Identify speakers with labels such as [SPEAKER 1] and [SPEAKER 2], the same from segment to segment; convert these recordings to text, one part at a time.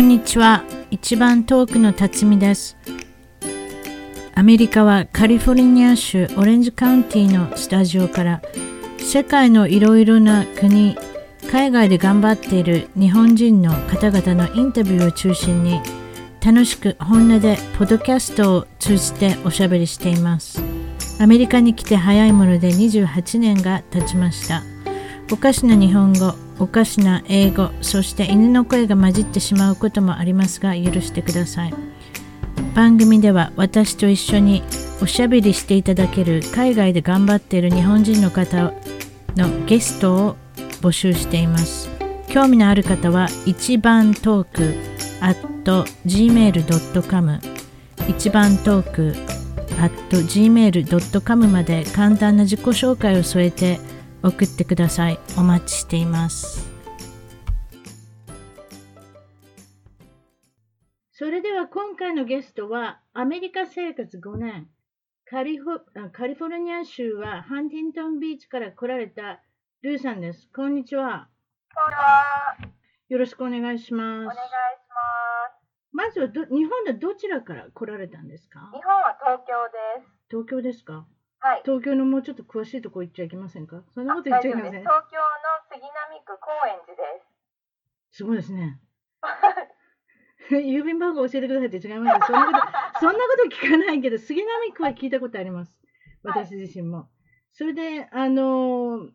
[SPEAKER 1] にちは一番遠くの辰巳ですアメリカはカリフォルニア州オレンジカウンティのスタジオから世界のいろいろな国海外で頑張っている日本人の方々のインタビューを中心に楽しく本音でポッドキャストを通じておしゃべりしていますアメリカに来て早いもので28年が経ちましたおかしな日本語おかしな英語そして犬の声が混じってしまうこともありますが許してください番組では私と一緒におしゃべりしていただける海外で頑張っている日本人の方のゲストを募集しています興味のある方は一番トーク at gmail.com 一番トーク at gmail.com まで簡単な自己紹介を添えて送ってくださいお待ちしていますそれでは今回のゲストはアメリカ生活5年カリフォあカリフォルニア州はハンティントンビーチから来られたルーさんですこんにちは
[SPEAKER 2] こんにちは。
[SPEAKER 1] よろしくお願いし
[SPEAKER 2] お
[SPEAKER 1] ま
[SPEAKER 2] 願い
[SPEAKER 1] す
[SPEAKER 2] します。
[SPEAKER 1] まずはど日本でどちらから来られたんですか
[SPEAKER 2] 日本は東京です。
[SPEAKER 1] 東京ですか
[SPEAKER 2] はい。
[SPEAKER 1] 東京のもうちょっと詳しいとこ行っちゃいけませんかそんな
[SPEAKER 2] あ
[SPEAKER 1] こと言っ
[SPEAKER 2] 大
[SPEAKER 1] ちゃい
[SPEAKER 2] 丈
[SPEAKER 1] け
[SPEAKER 2] 夫
[SPEAKER 1] ま
[SPEAKER 2] で
[SPEAKER 1] せ
[SPEAKER 2] す。
[SPEAKER 1] ん
[SPEAKER 2] 東京の杉並区高円寺です。
[SPEAKER 1] すごいですね 郵便番号教えてくださいって違いますそんな ことそんなこと聞かないけど杉並区は聞いたことあります
[SPEAKER 2] はい
[SPEAKER 1] 私自身も、それであのー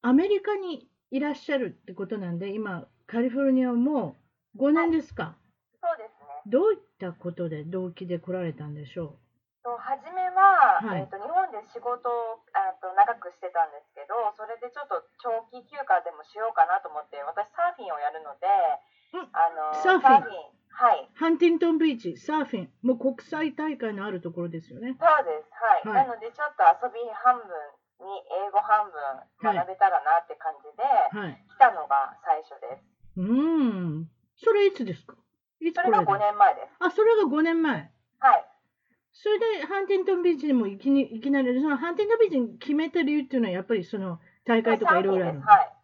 [SPEAKER 1] アメリカにいらっしゃるってことなんで今カリフォルニアはもう5年ですか、
[SPEAKER 2] そうですね。
[SPEAKER 1] どういったことで動機で来られたんでしょ
[SPEAKER 2] と初めは、
[SPEAKER 1] はい
[SPEAKER 2] えっと日本で仕事をあと長くしてたんですけど、それでちょっと長期休暇でもしようかなと思って、私サーフィンをやるので、
[SPEAKER 1] うん
[SPEAKER 2] あの
[SPEAKER 1] サーフィン
[SPEAKER 2] はい。
[SPEAKER 1] うハンティントンビーチサーフィンもう国際大会のあるところですよね
[SPEAKER 2] そうです。はい。
[SPEAKER 1] はい
[SPEAKER 2] なのでちょっと遊び半分に英語半分学べたらなって感じで、
[SPEAKER 1] はい
[SPEAKER 2] 来たのが最初です。
[SPEAKER 1] うーんそれいつですかいつ
[SPEAKER 2] そ
[SPEAKER 1] 来
[SPEAKER 2] れ
[SPEAKER 1] ら
[SPEAKER 2] が
[SPEAKER 1] れた
[SPEAKER 2] 5
[SPEAKER 1] の
[SPEAKER 2] 年前です。
[SPEAKER 1] あそれが5年前
[SPEAKER 2] はい。
[SPEAKER 1] それでハンティントンビーチにもいきにいきなりそのハンティントンビーチに決めた理由っていうのはやっぱりその大会とかいろいろあるの
[SPEAKER 2] はい。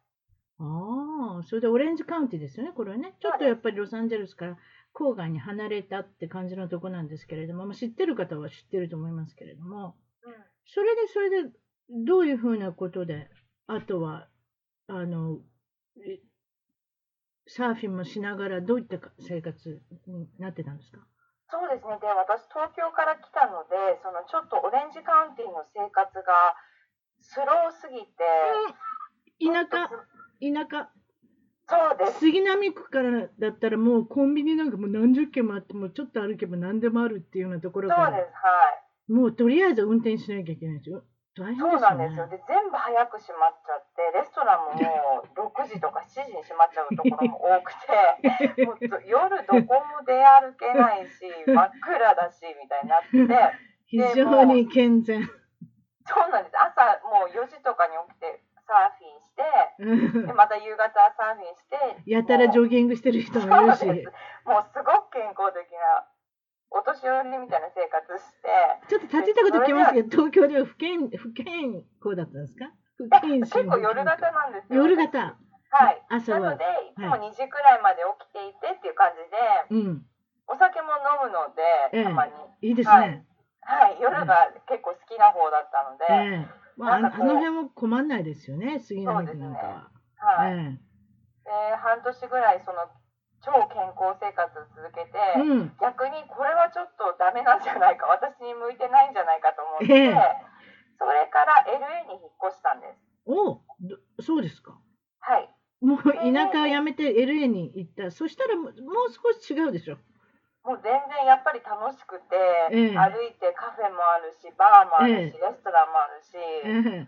[SPEAKER 1] ああそれでオレンジカウンティですよねこれはねちょっとやっぱりロサンゼルスから郊外に離れたって感じのとこなんですけれども、まあ、知ってる方は知ってると思いますけれども
[SPEAKER 2] うん
[SPEAKER 1] それでそれでどういうふうなことであとはあのえサーフィンもしながらどういったか生活になってたんですか
[SPEAKER 2] そうですね。で、私、東京から来たので、そのちょっとオレンジカウンティの生活がスローすぎて、
[SPEAKER 1] 田
[SPEAKER 2] ちょ
[SPEAKER 1] 舎
[SPEAKER 2] っとつ
[SPEAKER 1] 田舎
[SPEAKER 2] そうです。
[SPEAKER 1] 杉並区からだったらもうコンビニなんかもう何十軒もあってもうちょっと歩けば何でもあるっていうようなとこ
[SPEAKER 2] そ
[SPEAKER 1] ろ
[SPEAKER 2] う
[SPEAKER 1] か
[SPEAKER 2] で
[SPEAKER 1] ら
[SPEAKER 2] す。はい。
[SPEAKER 1] もうとりあえず運転しなきゃいけないんですよ大変です
[SPEAKER 2] そうなんです
[SPEAKER 1] よ
[SPEAKER 2] よ。
[SPEAKER 1] ね
[SPEAKER 2] で、全部早く閉まっちゃって、レストランももう6時とか7時に閉まっちゃうところも多く て、もうず夜どこも出歩けないし、真っ暗だし、みたいになって、
[SPEAKER 1] 非
[SPEAKER 2] で
[SPEAKER 1] 常に健全
[SPEAKER 2] そうなんです。朝もう4時とかに起きてサーフィンして、でまた夕方サーフィンして、
[SPEAKER 1] やたらジョギングしてる人もいるし
[SPEAKER 2] そうですもうすごく健康的な、お年寄りみたいな生活して、
[SPEAKER 1] ちょっと立てたこと聞きますけど東京では不健不健康だったんですか不健
[SPEAKER 2] 結構夜型なんですよ。
[SPEAKER 1] 夜型
[SPEAKER 2] はい。
[SPEAKER 1] 朝
[SPEAKER 2] なの
[SPEAKER 1] は
[SPEAKER 2] で、いつも
[SPEAKER 1] はい
[SPEAKER 2] 2時くらいまで起きていてっていう感じで、
[SPEAKER 1] うん
[SPEAKER 2] お酒も飲むの
[SPEAKER 1] ええ
[SPEAKER 2] で、たまに。
[SPEAKER 1] いいです
[SPEAKER 2] は
[SPEAKER 1] ね
[SPEAKER 2] い、はい、夜が結構好きな方だったので、
[SPEAKER 1] ええまあ、あ
[SPEAKER 2] な
[SPEAKER 1] の
[SPEAKER 2] んか
[SPEAKER 1] あ
[SPEAKER 2] こう
[SPEAKER 1] の辺も困んないですよね杉並区なんかは、
[SPEAKER 2] はい。
[SPEAKER 1] え
[SPEAKER 2] で、半年ぐらい、その、超健康生活を続けて、
[SPEAKER 1] えうん
[SPEAKER 2] 逆にこれはちょっとダメなんじゃないか 私に向いてないんじゃないかと思って、
[SPEAKER 1] ええ
[SPEAKER 2] それから LA に引っ越したんです
[SPEAKER 1] おどそうですか
[SPEAKER 2] はい
[SPEAKER 1] もう田舎を辞めて LA に行ったそしたらもうもう少し違うでしょ
[SPEAKER 2] もう全然やっぱり楽しくて、
[SPEAKER 1] ええ
[SPEAKER 2] 歩いてカフェもあるしバーもある
[SPEAKER 1] え
[SPEAKER 2] し、レストランもあるし、
[SPEAKER 1] え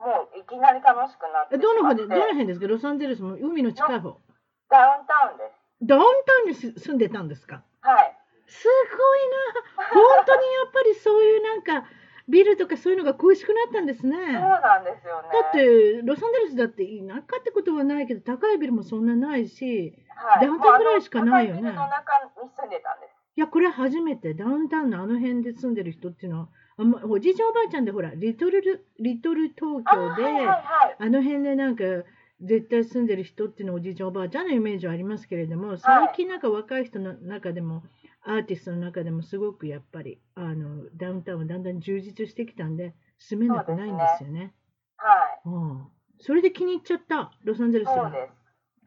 [SPEAKER 2] もういきなり楽しくなっ
[SPEAKER 1] え
[SPEAKER 2] てし
[SPEAKER 1] どの
[SPEAKER 2] まっ
[SPEAKER 1] 方で
[SPEAKER 2] て
[SPEAKER 1] どの辺ですかロサンゼルスも海の近い方
[SPEAKER 2] ダウンタウンです
[SPEAKER 1] ダウンタウンにす住んでたんですか
[SPEAKER 2] はい
[SPEAKER 1] すごいな本当にやっぱりそういうなんかビルとかそういうのが恋しくなったんですね
[SPEAKER 2] そう
[SPEAKER 1] だ
[SPEAKER 2] なんですよね
[SPEAKER 1] ってロサンゼルスだって田舎ってことはないけど高いビルもそんなないし
[SPEAKER 2] はい、
[SPEAKER 1] ダウンタウンぐらいしかないよね
[SPEAKER 2] もうあの高いビルの中に住んでたんです
[SPEAKER 1] いやこれ初めてダウンタウンのあの辺で住んでる人っていうのはあんまおじいちゃんおばあちゃんでほらリトルリトル東
[SPEAKER 2] あー
[SPEAKER 1] 京
[SPEAKER 2] はい
[SPEAKER 1] で
[SPEAKER 2] はいはい
[SPEAKER 1] あの辺でなんか絶対住んでる人っていうのはおじいちゃんおばあちゃんのイメージはありますけれども最近なんか若い人の中でもアーティストの中でもすごくやっぱりあのダウンタウンはだんだん充実してきたんで住めなくないんですよね。
[SPEAKER 2] はい。
[SPEAKER 1] うんそれで気に入っちゃったロサンゼルス
[SPEAKER 2] そう
[SPEAKER 1] が。
[SPEAKER 2] で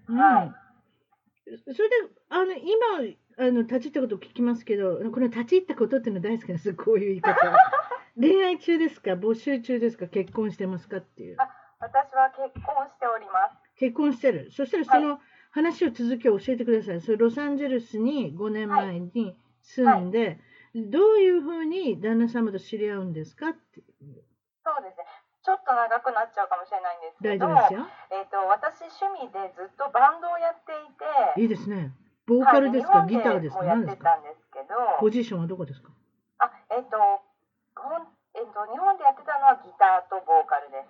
[SPEAKER 2] す。
[SPEAKER 1] うん
[SPEAKER 2] はい
[SPEAKER 1] それであの今あの立ち入ったこと聞きますけどこの立ち入ったことっていうの大好きなんですこういう言い方恋愛中ですか募集中ですか結婚してますかっていう
[SPEAKER 2] 私は結婚しております。
[SPEAKER 1] 結婚してるそしたらその話を続きを教えてくださいそれロサンゼルスに5年前に住んで、どういうふうに旦那様と知り合うんですかっていう
[SPEAKER 2] そうですね。ちょっと長くなっちゃうかもしれないんですけ
[SPEAKER 1] 大
[SPEAKER 2] ど
[SPEAKER 1] 丈、夫ですよ
[SPEAKER 2] えっ、と私趣味でずっとバンドをやっていて、
[SPEAKER 1] いいですねボーカルですか、
[SPEAKER 2] はい
[SPEAKER 1] ギターですか
[SPEAKER 2] 日本
[SPEAKER 1] 何で
[SPEAKER 2] でもやっ
[SPEAKER 1] す
[SPEAKER 2] てた
[SPEAKER 1] か
[SPEAKER 2] んですけど、
[SPEAKER 1] ポジションはどこですか
[SPEAKER 2] あ、えっ、と、ほんえっ、と日本でやってたのはギターとボーカルです。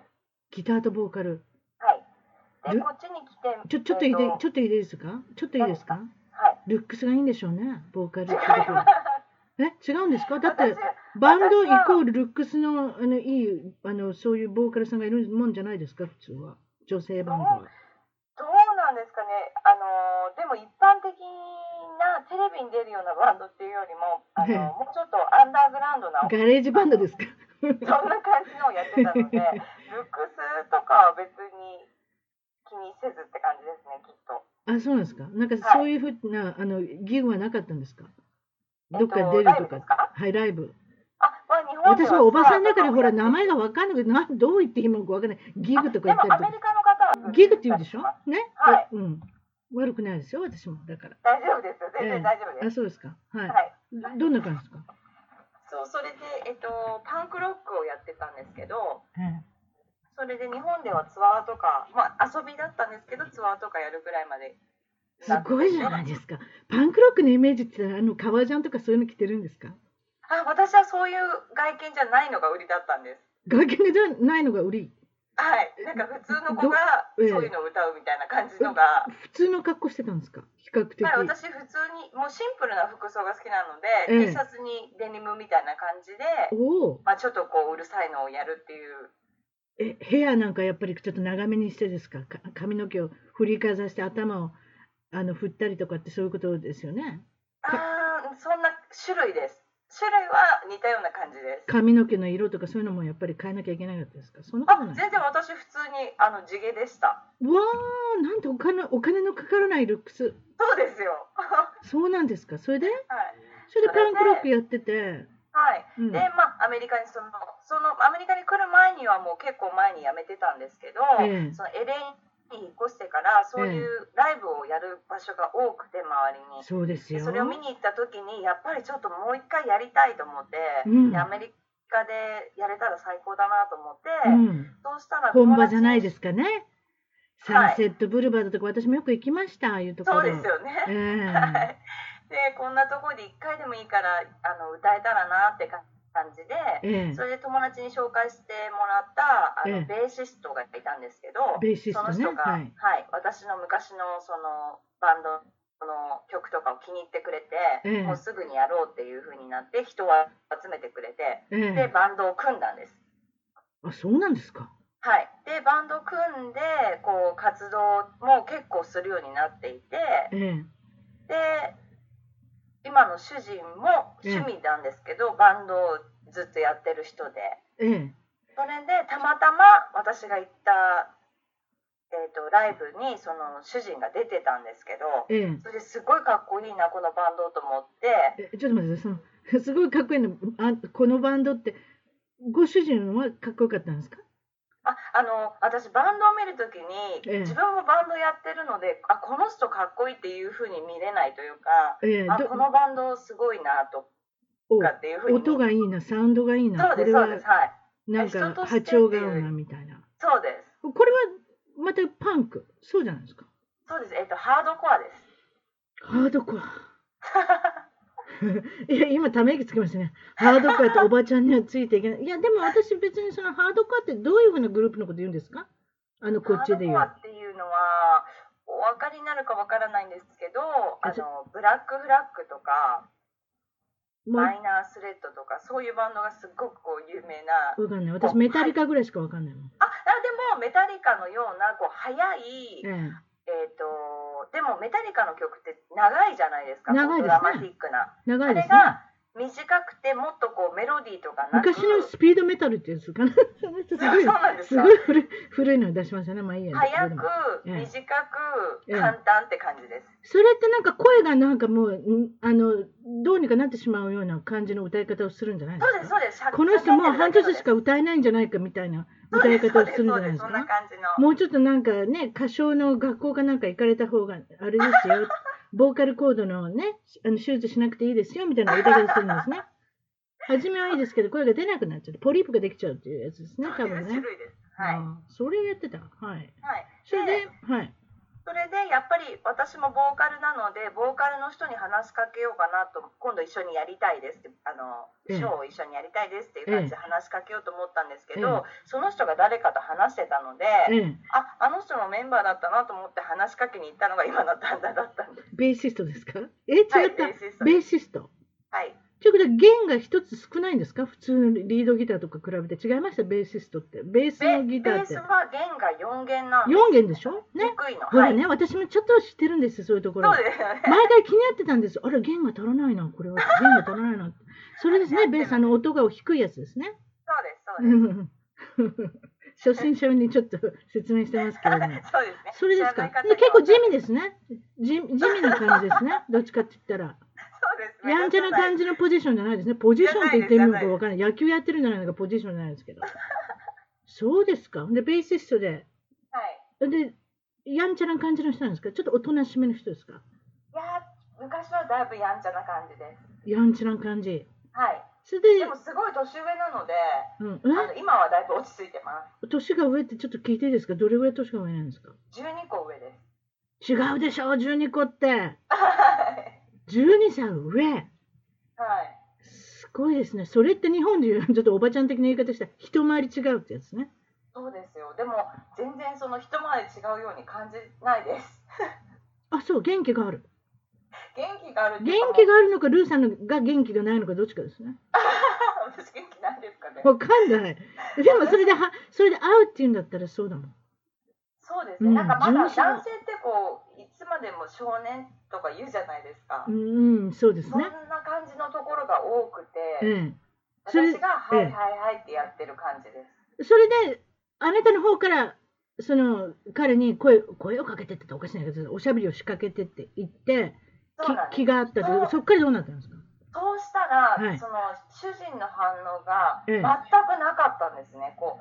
[SPEAKER 1] ギターとボーカル
[SPEAKER 2] はい。で
[SPEAKER 1] ル
[SPEAKER 2] こっちに来て、
[SPEAKER 1] ちょちょっといいで、
[SPEAKER 2] えー
[SPEAKER 1] ちょっといいですかちょっといいですか
[SPEAKER 2] はい。
[SPEAKER 1] ルックスがいいんでしょうねボーカルって
[SPEAKER 2] 違い
[SPEAKER 1] こ とは
[SPEAKER 2] ます。
[SPEAKER 1] え違うんですかだっ
[SPEAKER 2] 私
[SPEAKER 1] てバンドイ
[SPEAKER 2] 私は
[SPEAKER 1] コールルックスのあのいいあのそういうボーカルさんがいるもんじゃないですか普通は女性バンドは
[SPEAKER 2] どうなんですかね、あのーでも一般的なテレビに出るようなバンドっていうよりも、あ
[SPEAKER 1] ええ
[SPEAKER 2] のもうちょっとアンダーグラウンドな、そ
[SPEAKER 1] ガレージバンドですか
[SPEAKER 2] んな感じのをやってた ので、ルックスとかは別に気にせずって感じですね、きっと。
[SPEAKER 1] あそうなんですかなんか
[SPEAKER 2] はい
[SPEAKER 1] そういうふうなあのギグはなかったんですか
[SPEAKER 2] え
[SPEAKER 1] どっか出る
[SPEAKER 2] ライ
[SPEAKER 1] と
[SPEAKER 2] ブ
[SPEAKER 1] か
[SPEAKER 2] ですか
[SPEAKER 1] はいライブ
[SPEAKER 2] あ、まあ、日本で
[SPEAKER 1] 私はおばさんだからほら名
[SPEAKER 2] 前
[SPEAKER 1] 前が分かんなくてなんどう言っていいもんか分かんないギグとか言
[SPEAKER 2] で
[SPEAKER 1] っ
[SPEAKER 2] も
[SPEAKER 1] た
[SPEAKER 2] ア
[SPEAKER 1] り
[SPEAKER 2] メ
[SPEAKER 1] と
[SPEAKER 2] リカの方は
[SPEAKER 1] かギグって言うでしょね
[SPEAKER 2] はい
[SPEAKER 1] うん悪くないですよ私もだから
[SPEAKER 2] 大丈夫ですよ、全然大丈夫
[SPEAKER 1] あ
[SPEAKER 2] です。
[SPEAKER 1] そうですかはい、
[SPEAKER 2] はい
[SPEAKER 1] どんな感じですか、
[SPEAKER 2] そうそれで、えっと、パンクロックをやってたんですけど、それで日本ではツアーとか、まあ、遊びだったんですけどツアーとかやるぐらいまです
[SPEAKER 1] ごいじゃないですかパンクロックのイメージってあの革ジャンとかそういうの着てるんですか
[SPEAKER 2] あ私はそういう外見じゃないのが売りだったんです
[SPEAKER 1] 外見じゃないのが売り
[SPEAKER 2] はいなんか普通の子が
[SPEAKER 1] どええ
[SPEAKER 2] そういうのを歌うみたいな感じのが、
[SPEAKER 1] 普通の格好してたんですか比較的、
[SPEAKER 2] はい、私普通にもうシンプルな服装が好きなの
[SPEAKER 1] ええ
[SPEAKER 2] で、T シャツにデニムみたいな感じで、
[SPEAKER 1] おお
[SPEAKER 2] まあ、ちょっとこううるさいのをやるっていう
[SPEAKER 1] えヘアなんかやっぱりちょっと長めにしてですかか髪の毛を振りかざして頭をあの振ったりとかってそういうことですよね
[SPEAKER 2] あーそんな種類です種類は似たような感じです
[SPEAKER 1] 髪の毛の色とかそういうのもやっぱり変えなきゃいけないわけですかそんなこ
[SPEAKER 2] あ
[SPEAKER 1] とない
[SPEAKER 2] 全然私普通にあの地毛でした
[SPEAKER 1] うわーなんてお金お金のかからないルックス
[SPEAKER 2] そうですよは
[SPEAKER 1] そうなんですかそれで
[SPEAKER 2] い
[SPEAKER 1] それでパンクロックやってて、
[SPEAKER 2] はい、
[SPEAKER 1] うん
[SPEAKER 2] でまあアメリカにそのそのアメリカに来る前にはもう結構前に辞めてたんですけど、
[SPEAKER 1] ええ
[SPEAKER 2] その LA に引っ越してからそういうライブをやる場所が多くて
[SPEAKER 1] そう
[SPEAKER 2] 周りに。
[SPEAKER 1] です
[SPEAKER 2] で
[SPEAKER 1] よ。
[SPEAKER 2] それを見に行った時にやっぱりちょっともう一回やりたいと思って、
[SPEAKER 1] うん
[SPEAKER 2] でアメリカでやれたら最高だなと思って、
[SPEAKER 1] うん、
[SPEAKER 2] そうしたら
[SPEAKER 1] 本場じゃないですすかね。サン
[SPEAKER 2] はい
[SPEAKER 1] セットブルバードとか、私もよく行きました、ああいうところ。
[SPEAKER 2] そうですよね、
[SPEAKER 1] ええ
[SPEAKER 2] はいでこんなところで一回でもいいからあの歌えたらなって感じで、
[SPEAKER 1] ええ
[SPEAKER 2] それで友達に紹介してもらったあの、
[SPEAKER 1] ええ
[SPEAKER 2] ベーシストがいたんですけど、
[SPEAKER 1] ベーシス
[SPEAKER 2] そ
[SPEAKER 1] ト
[SPEAKER 2] の
[SPEAKER 1] ね。
[SPEAKER 2] 人が、
[SPEAKER 1] は
[SPEAKER 2] はいい。私の昔のそのバンドの曲とかを気に入ってくれて、
[SPEAKER 1] ええ
[SPEAKER 2] もうすぐにやろうっていう風になって人を集めてくれて
[SPEAKER 1] え
[SPEAKER 2] で
[SPEAKER 1] え
[SPEAKER 2] バンドを組んだんです。
[SPEAKER 1] あ、そうなんですか。
[SPEAKER 2] はい、でバンド組んでこう活動も結構するようになっていて
[SPEAKER 1] ええ
[SPEAKER 2] で今の主人も趣味なんですけど、バンドをずっとやってる人で。
[SPEAKER 1] ええ
[SPEAKER 2] それでたまたま私が行った、えー、とライブにその主人が出てたんですけど
[SPEAKER 1] ええ
[SPEAKER 2] それですごいかっこいいなこのバンドと思って
[SPEAKER 1] えちょっと待って、その、 すごいかっこいいの、あ、このバンドって。ご主人はかっこよかったんですか。
[SPEAKER 2] ああの私バンドを見るとき
[SPEAKER 1] ええ
[SPEAKER 2] に自分もバンドやってるのであこの人かっこいいっていうふうに見れないというか
[SPEAKER 1] ええ
[SPEAKER 2] あこのバンドすごいなと
[SPEAKER 1] お
[SPEAKER 2] かっていうふうに
[SPEAKER 1] 音がいいな、サウンドがいいな、
[SPEAKER 2] そう
[SPEAKER 1] こ
[SPEAKER 2] で
[SPEAKER 1] れ
[SPEAKER 2] すそうで
[SPEAKER 1] は
[SPEAKER 2] すはい
[SPEAKER 1] なん
[SPEAKER 2] 人
[SPEAKER 1] か
[SPEAKER 2] として
[SPEAKER 1] 波
[SPEAKER 2] っていう
[SPEAKER 1] 長が合うなみたいな。
[SPEAKER 2] そうです
[SPEAKER 1] これはまたパンク、そうじゃないですか。
[SPEAKER 2] そうですえっ、とハードコアです
[SPEAKER 1] ハードコア。 いや今ため息つきましたね。ハードコアっておばちゃんにはついていけない。いやでも私別にそのハードコアってどういうふうなグループのこと言うんですかあのこっちで言う。
[SPEAKER 2] ハードコアっていうのはお分かりになるかわからないんですけどあのブラックフラッグとか
[SPEAKER 1] も
[SPEAKER 2] マ
[SPEAKER 1] う
[SPEAKER 2] イナースレッドとかそういうバンドがすっごくこう有名な
[SPEAKER 1] わかんない私メタリカぐらいしかわかんないもん、
[SPEAKER 2] ああでもメタリカのようなこう速い、
[SPEAKER 1] ええ
[SPEAKER 2] えー、とでもメタリカの曲って長いじゃないですか
[SPEAKER 1] 長いですね
[SPEAKER 2] こうドラマティックな、
[SPEAKER 1] 長
[SPEAKER 2] あ
[SPEAKER 1] いで
[SPEAKER 2] れ
[SPEAKER 1] すね
[SPEAKER 2] が短くてもっとこうメロディーとかなく
[SPEAKER 1] 昔のスピードメタルっていうんですか ねすご
[SPEAKER 2] そう
[SPEAKER 1] い
[SPEAKER 2] なんです
[SPEAKER 1] す
[SPEAKER 2] か
[SPEAKER 1] ごい古い古いの出しましたねまあいいや
[SPEAKER 2] 早
[SPEAKER 1] で
[SPEAKER 2] く
[SPEAKER 1] もええ
[SPEAKER 2] 短
[SPEAKER 1] え
[SPEAKER 2] く
[SPEAKER 1] え
[SPEAKER 2] 簡単って感じです、
[SPEAKER 1] それってなんか声がなんかもうんあのどうにかなってしまうような感じの歌い方をするんじゃないで
[SPEAKER 2] そうですす
[SPEAKER 1] か
[SPEAKER 2] そうです
[SPEAKER 1] この人もう半年しか
[SPEAKER 2] 歌
[SPEAKER 1] 歌えないんじゃないかみたいな歌い方をするんじゃないです
[SPEAKER 2] そんな
[SPEAKER 1] か
[SPEAKER 2] 感じの
[SPEAKER 1] もうちょっとなんかね歌唱の学校かなんか行かれた方があれですよボーカルコードのねあの手術しなくていいですよみたいな歌い方するんですね初めはいいですけど声が出なくなっちゃうポリープができちゃうっていうやつですね多
[SPEAKER 2] そういう
[SPEAKER 1] 分ね
[SPEAKER 2] 種類です、はい
[SPEAKER 1] あーそれをやってたはい
[SPEAKER 2] はい、
[SPEAKER 1] それで、はい。
[SPEAKER 2] それでやっぱり私もボーカルなのでボーカルの人に話しかけようかなと今度一緒にやりたいですってあの、
[SPEAKER 1] ええ
[SPEAKER 2] ショーを一緒にやりたいですっていう感じで話しかけようと思ったんですけ
[SPEAKER 1] え
[SPEAKER 2] ど、その人が誰かと話してたので、
[SPEAKER 1] ええ、
[SPEAKER 2] ああの人もメンバーだったなと思って話しかけに行ったのが今のダンダだったんです。
[SPEAKER 1] ベーシストですかえ、違った、
[SPEAKER 2] はい、ベーシスト
[SPEAKER 1] ベーシスト。
[SPEAKER 2] はい、
[SPEAKER 1] ということは弦が一つ少ないんですか普通のリードギターとか比べて違いましたベーシストってベースのギ
[SPEAKER 2] ベ
[SPEAKER 1] ター
[SPEAKER 2] ベー
[SPEAKER 1] って
[SPEAKER 2] スは弦が4弦なんです
[SPEAKER 1] 4弦でしょね
[SPEAKER 2] 低いの
[SPEAKER 1] ほ
[SPEAKER 2] は
[SPEAKER 1] ら
[SPEAKER 2] い、
[SPEAKER 1] ね、私もちょっと知ってるんですそういうところ
[SPEAKER 2] そうですよね
[SPEAKER 1] 毎回気になってたんですあれ弦が足らないなこれは弦が足らないなそれですねベースあの音が低いやつですね
[SPEAKER 2] そうですそう
[SPEAKER 1] う
[SPEAKER 2] です
[SPEAKER 1] ん初心者にちょっと説明してますけ れども
[SPEAKER 2] そうですね
[SPEAKER 1] それですか
[SPEAKER 2] 知らない方
[SPEAKER 1] で
[SPEAKER 2] に
[SPEAKER 1] 結構地味
[SPEAKER 2] は
[SPEAKER 1] ですね地地味な感じですねどっちかって言ったら
[SPEAKER 2] そうですね
[SPEAKER 1] やんちゃな感じのポジションじゃないですね。ポジションって言ってるのかわからない。野球やってるんじゃないのかポジションじゃないですけど。そうですか。で、ベーシストで。
[SPEAKER 2] はい
[SPEAKER 1] で、やんちゃな感じの人なんですかちょっとおとなしめの人ですか
[SPEAKER 2] いやー昔はだいぶやんちゃな感じです。
[SPEAKER 1] やんちゃな感じ。
[SPEAKER 2] はい。
[SPEAKER 1] それ
[SPEAKER 2] で
[SPEAKER 1] で
[SPEAKER 2] も、すごい年上なので、
[SPEAKER 1] うん、
[SPEAKER 2] あの今はだいぶ落ち着いてま
[SPEAKER 1] え年が上ってちょっと聞いていいですかどれぐらい年が上なんですか
[SPEAKER 2] す。12個上です。
[SPEAKER 1] 違うでしょ !12 個って。
[SPEAKER 2] はい。
[SPEAKER 1] 12歳上。
[SPEAKER 2] はい。
[SPEAKER 1] すごいですね。それって日本でいう、ちょっとおばちゃん的な言い方したら、一回り違うってやつね。
[SPEAKER 2] そうですよ。でも全然その一回り違うように感じないです。
[SPEAKER 1] あ、そう、元気がある。
[SPEAKER 2] 元気があるって
[SPEAKER 1] 元
[SPEAKER 2] いうか
[SPEAKER 1] 気があるのか、ルーさんのが元気がないのか、どっちかですね。
[SPEAKER 2] もう私元気ないですかね。
[SPEAKER 1] わかんない。でもそれではそれで会うっていうんだったらそうだもん。
[SPEAKER 2] そうですね。
[SPEAKER 1] うん
[SPEAKER 2] なんかまだ
[SPEAKER 1] 重症
[SPEAKER 2] 男性ってこういつまでも少年とか言うじゃないですか。
[SPEAKER 1] うん、うん、そうです
[SPEAKER 2] そん
[SPEAKER 1] ね
[SPEAKER 2] な。感じのところが多く
[SPEAKER 1] え
[SPEAKER 2] て、
[SPEAKER 1] それ
[SPEAKER 2] 私がはいはいはいってやってる感じです。
[SPEAKER 1] え、それであなたの方からその彼に声声をかけてって言ったらおかしいんだけどおしゃべりを仕掛けてって言って
[SPEAKER 2] そうなんです
[SPEAKER 1] き。気があったってことそっからどうなったんですか
[SPEAKER 2] そうしたら、
[SPEAKER 1] はい
[SPEAKER 2] その主人の反応が
[SPEAKER 1] ええ
[SPEAKER 2] 全くなかったんですね、こ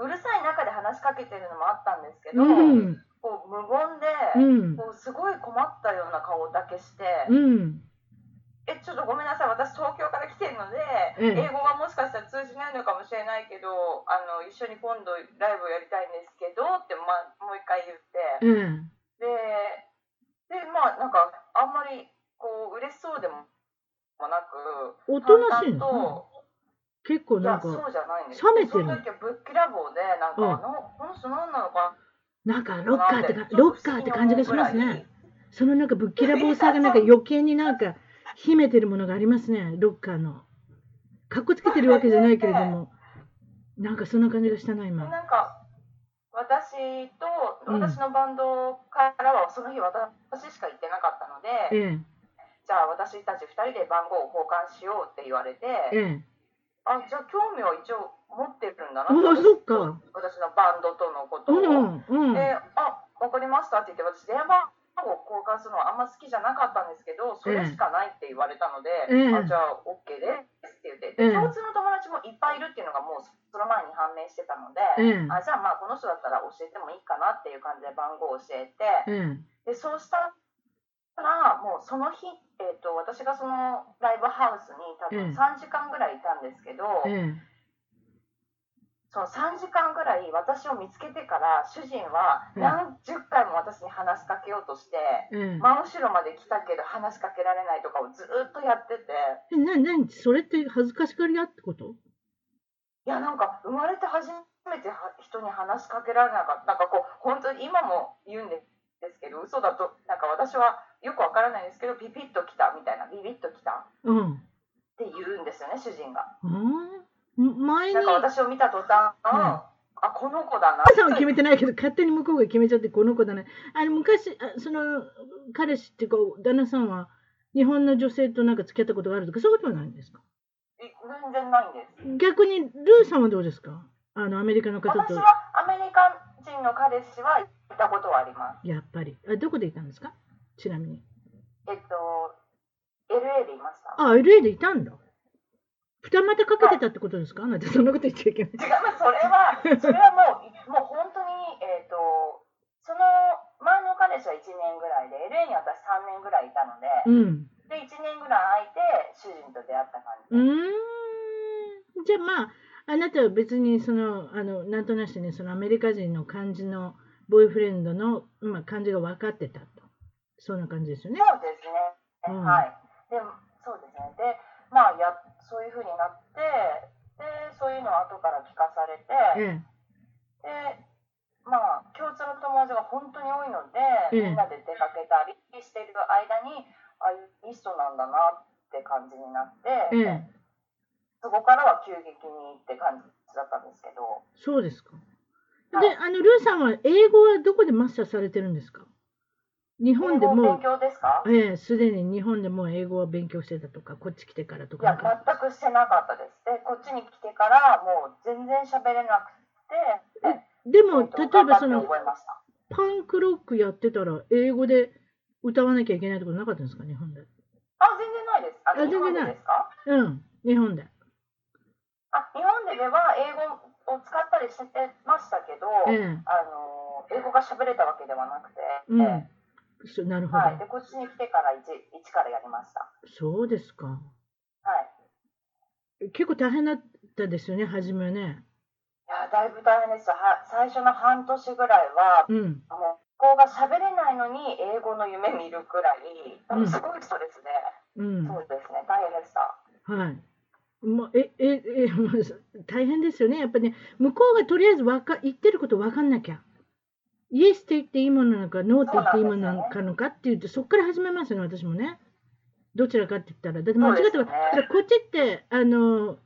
[SPEAKER 2] ううるさい中で話しかけてるのもあったんですけど、
[SPEAKER 1] うん
[SPEAKER 2] こう無言
[SPEAKER 1] うん
[SPEAKER 2] で、こうすごい困ったような顔だけして、
[SPEAKER 1] うん
[SPEAKER 2] えちょっとごめんなさい私東京から来てるの
[SPEAKER 1] え
[SPEAKER 2] で、
[SPEAKER 1] え
[SPEAKER 2] 英語がもしかしたら通じないのかもしれないけどあの一緒に今度ライブをやりたいんですけどって、ま、もう一回言っ
[SPEAKER 1] ええ
[SPEAKER 2] て。ででまあなんかあんまりこう嬉しそうでもなく
[SPEAKER 1] おとなしいんですね
[SPEAKER 2] 淡々と
[SPEAKER 1] 結構
[SPEAKER 2] い
[SPEAKER 1] な
[SPEAKER 2] や
[SPEAKER 1] ん
[SPEAKER 2] そう
[SPEAKER 1] か
[SPEAKER 2] じゃないんです
[SPEAKER 1] 冷めてる
[SPEAKER 2] その時はぶっきらぼうでなんか、
[SPEAKER 1] うん
[SPEAKER 2] あのこの人何なのか
[SPEAKER 1] なんかロッカ
[SPEAKER 2] な
[SPEAKER 1] ーってか
[SPEAKER 2] ちょ
[SPEAKER 1] ロ
[SPEAKER 2] と
[SPEAKER 1] ッカーって感じがします
[SPEAKER 2] 不思議に思うぐらい
[SPEAKER 1] ね。そのなんかぶっきらぼうさがなんか余計になんか秘めてるものがありますねロッカーのかっこつけてるわけじゃないけれどもなんかそんな感じがしたな今
[SPEAKER 2] なんか私と
[SPEAKER 1] うん
[SPEAKER 2] 私のバンドからはその日私しか行ってなかったので、
[SPEAKER 1] え
[SPEAKER 2] じゃあ私たち2人で番号を交換しようって言われて、
[SPEAKER 1] えええ
[SPEAKER 2] あじゃあ興味は一応持ってるんだ
[SPEAKER 1] あ
[SPEAKER 2] な
[SPEAKER 1] あそっか
[SPEAKER 2] 私のバンドとのこと
[SPEAKER 1] う
[SPEAKER 2] を。
[SPEAKER 1] んうん
[SPEAKER 2] で、あ、わかりましたって言って、私電話番号交換するのはあんま好きじゃなかったんですけど、それしかないって言われたので、
[SPEAKER 1] ええ
[SPEAKER 2] あじゃあ OK ですって言って、
[SPEAKER 1] ええ
[SPEAKER 2] で共通の友達もいっぱいいるっていうのがもうその前に判明してたので、
[SPEAKER 1] ええ
[SPEAKER 2] あじゃあまあこの人だったら教えてもいいかなっていう感じで番号を教えて、
[SPEAKER 1] え
[SPEAKER 2] でそうしたらもうその日、えー、と私がそのライブハウスに多
[SPEAKER 1] ええ
[SPEAKER 2] 分3時間ぐらいいたんですけど、
[SPEAKER 1] ええ
[SPEAKER 2] その3時間ぐらい私を見つけてから主人は
[SPEAKER 1] うん
[SPEAKER 2] 何十回も私に話しかけようとして、
[SPEAKER 1] ええ
[SPEAKER 2] 真後ろまで来たけど話しかけられないとかをずっとやってて
[SPEAKER 1] えな何それって恥ずかしがり屋ってこと
[SPEAKER 2] いやなんか生まれて初めては人に話しかけられなかったなんかこう本当に今も言うんですけど嘘だとなんか私はよくわからないんですけどビビッと来たみたいなビビッと来た
[SPEAKER 1] うん
[SPEAKER 2] って言うんですよね主人が
[SPEAKER 1] うん前に
[SPEAKER 2] なんか私を見た途端、
[SPEAKER 1] うん
[SPEAKER 2] あこの子だな
[SPEAKER 1] さんは決めてないけど勝手に向こうが決めちゃってこの子だねあれ昔あその彼氏っていうか旦那さんは日本の女性となんか付き合ったことがあるとかそういうことはないんですか
[SPEAKER 2] い全然ないんです
[SPEAKER 1] 逆にルーさんはどうですかあのアメリカの方
[SPEAKER 2] 私
[SPEAKER 1] と
[SPEAKER 2] はアメリカ人の彼氏はいたことはあります
[SPEAKER 1] やっぱりあどこでいたんですかちなみに
[SPEAKER 2] えっと LA でいました
[SPEAKER 1] あ LA でいたんだ二股かけてたってことですかあなたそんなこと言っちゃいけない
[SPEAKER 2] 違う、まあ、それ は、それはもう、もう本当に、えっ、と、その前の彼氏は1年ぐらいで、LA に私3年ぐらいいたので、
[SPEAKER 1] うん
[SPEAKER 2] で、1年ぐらい空いて、主人と出会った感
[SPEAKER 1] う
[SPEAKER 2] じ。
[SPEAKER 1] ーんじゃあまああなたは別にそのあのなんとなしにそのアメリカ人の感じのボーイフレンドの、まあ、感じが分かってたとそんな感じですよね。
[SPEAKER 2] そうですね。
[SPEAKER 1] うん
[SPEAKER 2] はい。で、そうですね。で、まあ、や、そういう風になって、で、そういうのを後から聞かされて、
[SPEAKER 1] え
[SPEAKER 2] で、まあ、共通の友達が本当に多いので、
[SPEAKER 1] ええ
[SPEAKER 2] みんなで出かけたりしてる間に、あ、いい人なんだなって感じになって、
[SPEAKER 1] えええ
[SPEAKER 2] そこからは急激にって感じだったんですけど、
[SPEAKER 1] そうですか。で
[SPEAKER 2] はい
[SPEAKER 1] あのルーさんは英語はどこでマスターされてるんですか日本で
[SPEAKER 2] 英語の
[SPEAKER 1] も
[SPEAKER 2] 勉強ですか
[SPEAKER 1] う
[SPEAKER 2] い
[SPEAKER 1] ええすでに日本でもう英語は勉強してたとかこっち来てからとかなん
[SPEAKER 2] や、
[SPEAKER 1] か
[SPEAKER 2] 全くしてなかったです。で、こっちに来てからもう全然喋れなくて、
[SPEAKER 1] でも
[SPEAKER 2] えっと
[SPEAKER 1] 例えばその
[SPEAKER 2] 頑張って覚えました。
[SPEAKER 1] パンクロックやってたら英語で歌わなきゃいけないってことなかったんですか日本で。
[SPEAKER 2] あ、全然ないです。あ
[SPEAKER 1] あ
[SPEAKER 2] の、
[SPEAKER 1] 全
[SPEAKER 2] 日
[SPEAKER 1] 然
[SPEAKER 2] 本
[SPEAKER 1] ない
[SPEAKER 2] でですか
[SPEAKER 1] うん、日本で。
[SPEAKER 2] あ、日本ででは英語を使ったりしてましたけど、
[SPEAKER 1] ええ
[SPEAKER 2] あの、英語が喋れたわけではなくて、
[SPEAKER 1] うん。そなるほど、
[SPEAKER 2] はい。で、こっちに来てから一一からやりました。
[SPEAKER 1] そうですか。
[SPEAKER 2] はい。
[SPEAKER 1] 結構大変だったですよね、初めはね。
[SPEAKER 2] いや、だいぶ大変でした。は最初の半年ぐらいは、
[SPEAKER 1] うん。
[SPEAKER 2] もう学校が喋れないのに英語の夢見るくらい、多分すごい人ですね。
[SPEAKER 1] うん。
[SPEAKER 2] そ
[SPEAKER 1] は
[SPEAKER 2] うですね、大変でした。
[SPEAKER 1] い。まあ、え、え、え、 もう大変ですよね。やっぱね、向こうがとりあえずわか言ってることわかんなきゃ。イエスって言っていいものなのか、ノーって言っていいものなのかのかって言うと、そこから始めますよね、私もね。どちらかって言ったら。だって間違って
[SPEAKER 2] そ
[SPEAKER 1] は、
[SPEAKER 2] うですね
[SPEAKER 1] だからこっちって、あの、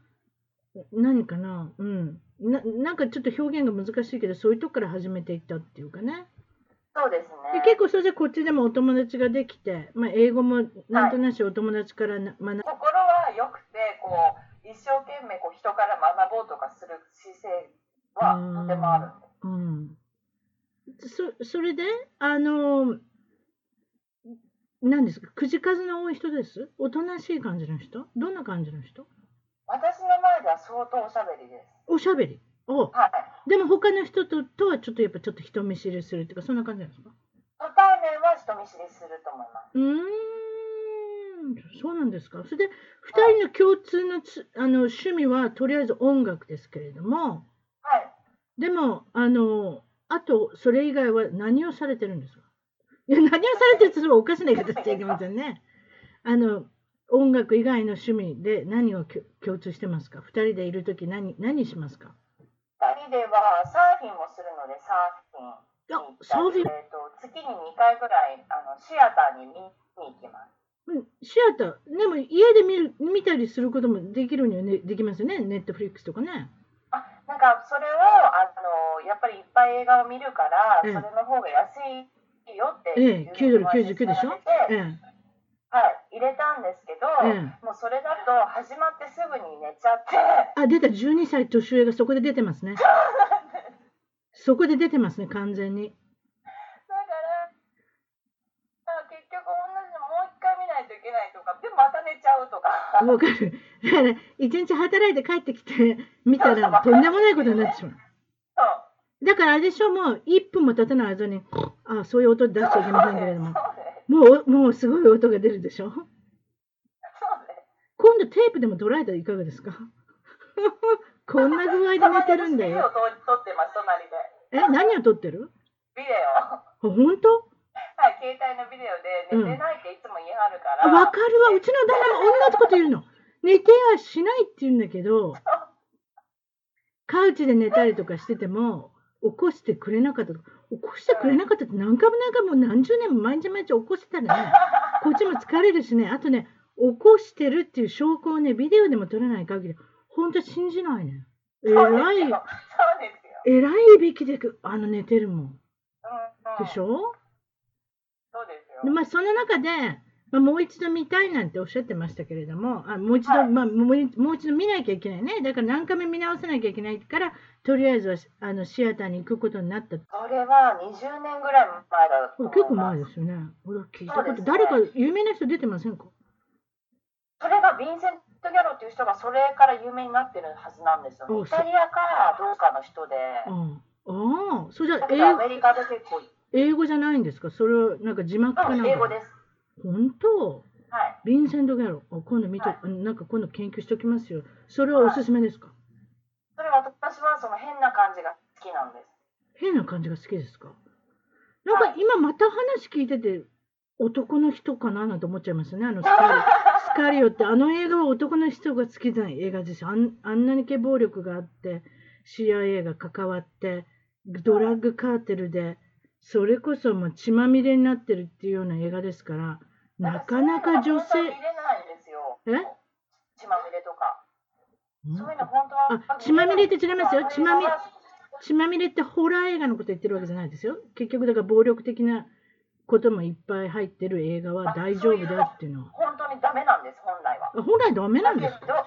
[SPEAKER 1] 何かな、うん。ななんかちょっと表現が難しいけど、そういうとこから始めていったっていうかね。
[SPEAKER 2] そうですね。
[SPEAKER 1] で結構それじゃこっちでもお友達ができて、まあ、英語もなんとなしお友達からな学ぶ、
[SPEAKER 2] 心は良くて、こう一生懸命こう人から学ぼうとかする姿勢はとてもあるんです。
[SPEAKER 1] うん、そそれであの何ですかくじ数の多い人ですおとなしい感じの人どんな感じの人
[SPEAKER 2] 私の前では相当おしゃべりです。
[SPEAKER 1] おしゃべりお
[SPEAKER 2] はい。
[SPEAKER 1] でも他の人ととはちょっとやっぱちょっと人見知りするっていうかそんな感じなんですか
[SPEAKER 2] 初対面は人見知りすると思います。
[SPEAKER 1] うーんそうなんですかそれで2人の共通のつあの趣味はとりあえず音楽ですけれども、
[SPEAKER 2] はい。
[SPEAKER 1] でも、あの、あと、それ以外は何をされてるんですかいや、何をされてるってすごいおかしな言い方しちゃいけませんね。あの、音楽以外の趣味で何をきょ共通してますか二人でいるとき何、何しますか
[SPEAKER 2] 二人ではサーフィンもするのでサーフィン
[SPEAKER 1] いや
[SPEAKER 2] に行っ、
[SPEAKER 1] サ
[SPEAKER 2] た
[SPEAKER 1] ーフ
[SPEAKER 2] り、
[SPEAKER 1] ィン、
[SPEAKER 2] えー、と月に2回ぐらいあのシアターに見に行きます。
[SPEAKER 1] うんシアター、でも家で見る見たりすることもできるには、ね、できますよね。ネットフリックスとかね。
[SPEAKER 2] あなんかそれをあのやっぱりいっぱい映画を見るから、
[SPEAKER 1] うん
[SPEAKER 2] それの方が安いよって
[SPEAKER 1] ええ、9ドル
[SPEAKER 2] 友達
[SPEAKER 1] 99
[SPEAKER 2] に
[SPEAKER 1] でしょ
[SPEAKER 2] 勧め
[SPEAKER 1] え
[SPEAKER 2] てはい、入れたんですけど、
[SPEAKER 1] え、ええ。
[SPEAKER 2] もうそれだと始まってすぐに寝ちゃって、
[SPEAKER 1] あ、出た、12歳年上がそこで出てますね。そこで出てますね、完全に。
[SPEAKER 2] だから、あ結局同じのもう一回見ないといけないとか、でまた寝ちゃうとか、
[SPEAKER 1] わかる。だから、 一日働いて帰ってきて、見たら、とんでもないことになってしま
[SPEAKER 2] そう
[SPEAKER 1] う。だから、あれでしょ、もう、1分も経たない間に、あそういう音出しちゃいけませんけれども、
[SPEAKER 2] そうです
[SPEAKER 1] もう、もうすごい音が出るでしょ。
[SPEAKER 2] そうです
[SPEAKER 1] 今度、テープでもドライだいかがですか こんな具合で寝てるんだ
[SPEAKER 2] ビデオ
[SPEAKER 1] よ。
[SPEAKER 2] 撮撮ってます、隣で。
[SPEAKER 1] え、何を撮ってる
[SPEAKER 2] ビデオ。
[SPEAKER 1] あ本当
[SPEAKER 2] はい、携帯のビデオで寝てないっていつも言い張るか
[SPEAKER 1] あ
[SPEAKER 2] ら。
[SPEAKER 1] わかるわ。うちの旦那も同じこと言うの。寝てはしないって言うんだけど、カウチで寝たりとかしてても、起こしてくれなかったとか。起こしてくれなかったって何回も何回も何十年も毎日毎日起こしてたらね、こっちも疲れるしね、あとね、起こしてるっていう証拠をね、ビデオでも撮れない限り、本当に信じないね。え
[SPEAKER 2] そうです
[SPEAKER 1] らい、
[SPEAKER 2] よ。そうですよ。
[SPEAKER 1] えらいいびきでく、あの寝てるもん。
[SPEAKER 2] うんうん、
[SPEAKER 1] でしょ
[SPEAKER 2] そうですよ。
[SPEAKER 1] でまあ、その中で、まあ、もう一度見たいなんておっしゃってましたけれども、あもう一度、
[SPEAKER 2] はい
[SPEAKER 1] まあ、もういもう一度見なきゃいけないね。だから何回も見直さなきゃいけないから、とりあえずはあのシアターに行くことになった。
[SPEAKER 2] それは20年ぐらい前だと思います。
[SPEAKER 1] 結構前ですよね。俺は聞いたこと、
[SPEAKER 2] そうですね
[SPEAKER 1] 誰か有名な人出てませんか
[SPEAKER 2] それがヴィンセント・ギャロっていう人がそれから有名になってるはずなんですよ
[SPEAKER 1] お
[SPEAKER 2] ね。イ
[SPEAKER 1] そう
[SPEAKER 2] タリアかどうかの人で、
[SPEAKER 1] ああああ、それじゃ
[SPEAKER 2] だ
[SPEAKER 1] あ
[SPEAKER 2] けどア
[SPEAKER 1] 英
[SPEAKER 2] メリカで結構、う
[SPEAKER 1] 英語じゃないんですかそれをなんか字幕かなん
[SPEAKER 2] ん、
[SPEAKER 1] か。
[SPEAKER 2] 英語です。
[SPEAKER 1] 本当
[SPEAKER 2] はい。
[SPEAKER 1] ヴィンセント・ギャロ。あ今度見と、
[SPEAKER 2] は
[SPEAKER 1] なんか今度研究しておきますよ。それはおすすめですか、
[SPEAKER 2] それは私はその変な感じが好きなんです。
[SPEAKER 1] 変な感じが好きですかなんか今また話聞いてて男の人かななんて思っちゃいますねあのスカリ スカリオってあの映画は男の人が好きな映画ですよあんあんなにけ暴力があって CIA が関わってドラッグカーテルでそれこそもう血まみれになってるっていうような映画ですからなかなか女性
[SPEAKER 2] そういうのは本当は見れないんですよ。
[SPEAKER 1] え
[SPEAKER 2] 血まみれとか。そういうの
[SPEAKER 1] ん
[SPEAKER 2] 本当は。
[SPEAKER 1] あ血まみれって違いますよ血まみれ
[SPEAKER 2] そう
[SPEAKER 1] 血まみれってホラー映画のこと言ってるわけじゃないですよ結局だから暴力的なこともいっぱい入ってる映画は大丈夫だっていうのは
[SPEAKER 2] いうのは本当にダメなんです、本来は。
[SPEAKER 1] 本来ダメなんです
[SPEAKER 2] だけ
[SPEAKER 1] か
[SPEAKER 2] ど、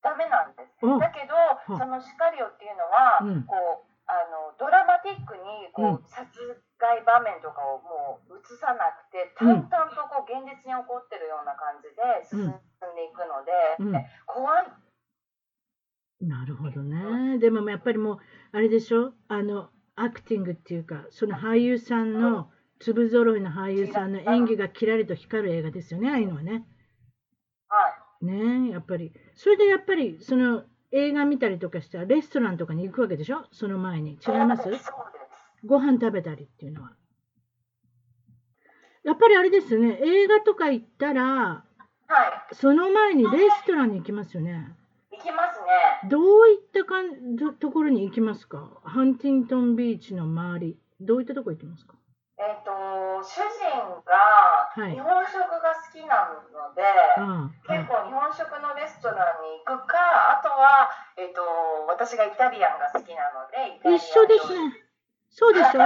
[SPEAKER 2] ダメなんです。
[SPEAKER 1] うん
[SPEAKER 2] だけど、
[SPEAKER 1] うん
[SPEAKER 2] そのシカリオっていうのは、
[SPEAKER 1] うん
[SPEAKER 2] こう、あのドラマティックにこう、殺害場面とかをもう映さなくて
[SPEAKER 1] うん
[SPEAKER 2] 淡々とこう現実に起こってるような感じで進んでいくので、
[SPEAKER 1] うん
[SPEAKER 2] 怖い
[SPEAKER 1] なるほどねでもやっぱりもうあれでしょあのアクティングっていうかその俳優さんの粒揃いの俳優さんの演技がキラリと光る映画ですよねああいうのはね
[SPEAKER 2] はい
[SPEAKER 1] ねえやっぱりそれでやっぱりその映画見たりとかしたらレストランとかに行くわけでしょその前に違います
[SPEAKER 2] そうです。そうです
[SPEAKER 1] ご飯食べたりっていうのは。やっぱりあれですよね、映画とか行ったら、
[SPEAKER 2] は
[SPEAKER 1] その前にレストランに行きますよね。
[SPEAKER 2] い、行きますね。
[SPEAKER 1] どういったかんどところに行きますかハンティントンビーチの周り、どういったところ行きますか
[SPEAKER 2] えっ、と、主人が
[SPEAKER 1] はい
[SPEAKER 2] 日本食が好きなので、
[SPEAKER 1] ああ、は
[SPEAKER 2] 結
[SPEAKER 1] い、
[SPEAKER 2] 構日本食のレストランに行くか、あとは、えっ、と、私がイタリアンが好きなので、イタリアン
[SPEAKER 1] 一緒です
[SPEAKER 2] に。
[SPEAKER 1] ね。そうでしょ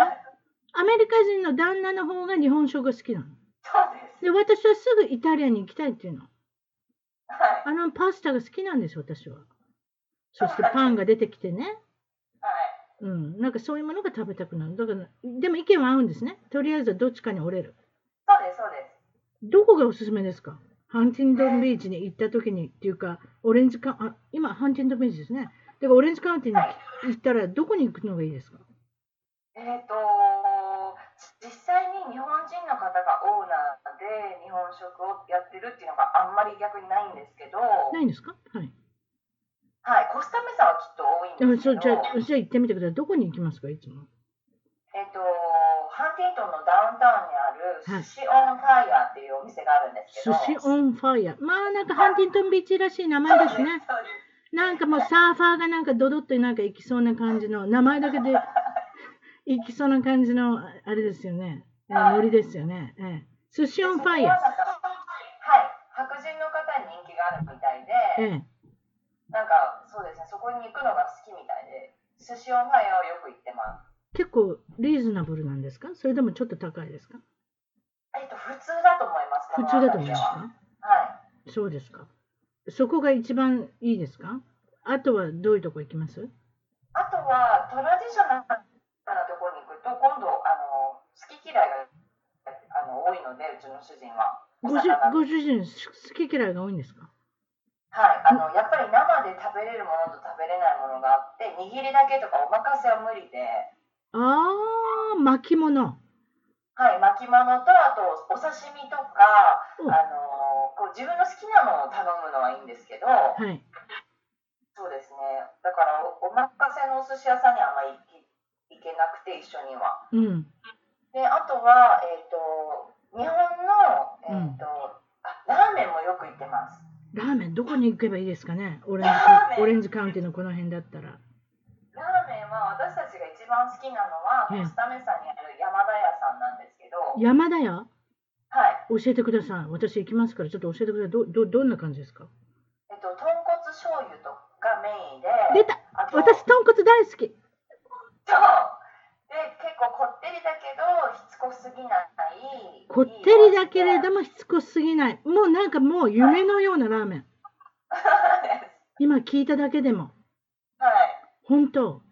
[SPEAKER 1] アメリカ人の旦那の方が日本食が好きなの。
[SPEAKER 2] そうです。
[SPEAKER 1] で、私はすぐイタリアに行きたいっていうの。
[SPEAKER 2] はい。
[SPEAKER 1] あのパスタが好きなんです、私は。そしてパンが出てきてね。
[SPEAKER 2] はい。
[SPEAKER 1] うん、なんかそういうものが食べたくなる。だから、でも意見は合うんですね。とりあえずはどっちかに折れる。
[SPEAKER 2] そうです、そうです。
[SPEAKER 1] どこがおすすめですかハンティントンビーチに行った時にっていうか、オレンジカあ今、ハンティントンビーチですね。だからオレンジカウンティに行ったら、どこに行くのがいいですか
[SPEAKER 2] えっ、と、実際に日本人の方がオーナーで日本食をやってるっていうのがあんまり逆にないんですけど、
[SPEAKER 1] ないんですかはい。
[SPEAKER 2] はい、コスタメサはきっと多い
[SPEAKER 1] でも
[SPEAKER 2] んです
[SPEAKER 1] そ
[SPEAKER 2] け
[SPEAKER 1] う
[SPEAKER 2] ど、
[SPEAKER 1] じゃあ、じゃあ行ってみてください。どこに行きますかいつも。
[SPEAKER 2] えっと、ハンティントンのダウンタウン
[SPEAKER 1] は
[SPEAKER 2] にある
[SPEAKER 1] い
[SPEAKER 2] 寿司オンファイアっていうお店があるんです
[SPEAKER 1] 寿
[SPEAKER 2] けど、
[SPEAKER 1] 司オンファイア。まあ、なんかハンティントンビーチらしい名前ですね。
[SPEAKER 2] そうです
[SPEAKER 1] なんかもうサーファーがなんかドドッとなんか行きそうな感じの名前だけで行きそうな感じのああれですよね、えー、ノリですよね、ええ、寿司オンファイヤ
[SPEAKER 2] はい、白人の方に人気があるみたい
[SPEAKER 1] ー、え
[SPEAKER 2] で、
[SPEAKER 1] え、
[SPEAKER 2] なんかそうですね、そこに行くのが好きみたいで、寿司オンファイアをよく行ってます。
[SPEAKER 1] 結構リーズナブルなんですかそれでもちょっと高いですか
[SPEAKER 2] えっと、普通だと思います、
[SPEAKER 1] 普通だと思います
[SPEAKER 2] この辺りでは
[SPEAKER 1] か
[SPEAKER 2] はい。
[SPEAKER 1] そうですかそこが一番いいですかあとはどういうとこ行きます
[SPEAKER 2] あとは、トラディショナルなところに行くと、今度、あの好き嫌いがあの多いので、うちの主人は。お
[SPEAKER 1] ご主
[SPEAKER 2] 魚
[SPEAKER 1] ご主人す好き嫌いが多いんですか
[SPEAKER 2] はい、あのやっぱり生で食べれるものと食べれないものがあって握りだけとかお任せは無理で、
[SPEAKER 1] あー巻物
[SPEAKER 2] はい、巻物とあとお刺身とか、
[SPEAKER 1] うん
[SPEAKER 2] あのこう自分の好きなものを頼むのはいいんですけど、
[SPEAKER 1] はい
[SPEAKER 2] そうですねだからおお任せのお寿司屋さんにあんまり行け行けなくて一緒には。
[SPEAKER 1] うん
[SPEAKER 2] であとは、えー、と日本の、えーとあラーメンもよく行ってます。
[SPEAKER 1] ラーメンどこに行けばいいですかねオレンジ
[SPEAKER 2] ラーメン
[SPEAKER 1] オレンジカウンティのこの辺だったら。
[SPEAKER 2] ラーメンは私たちが一番好きなのは
[SPEAKER 1] うん
[SPEAKER 2] コスタメサにある山田屋さんなんですけど、
[SPEAKER 1] 山田屋
[SPEAKER 2] はい、
[SPEAKER 1] 教えてください。私行きますから、ちょっと教えてください。ど、ど、どんな感じですか
[SPEAKER 2] えっと、豚骨醤油とがメインで、
[SPEAKER 1] 出た
[SPEAKER 2] あと
[SPEAKER 1] 私、豚骨大好き。
[SPEAKER 2] そうで結構こってりだけどしつこすぎない
[SPEAKER 1] こってりだけれ
[SPEAKER 2] も
[SPEAKER 1] どもしつこすぎない。もうなんかもう夢のようなラーメン。
[SPEAKER 2] は
[SPEAKER 1] 今聞いただけでも。
[SPEAKER 2] い
[SPEAKER 1] 本当。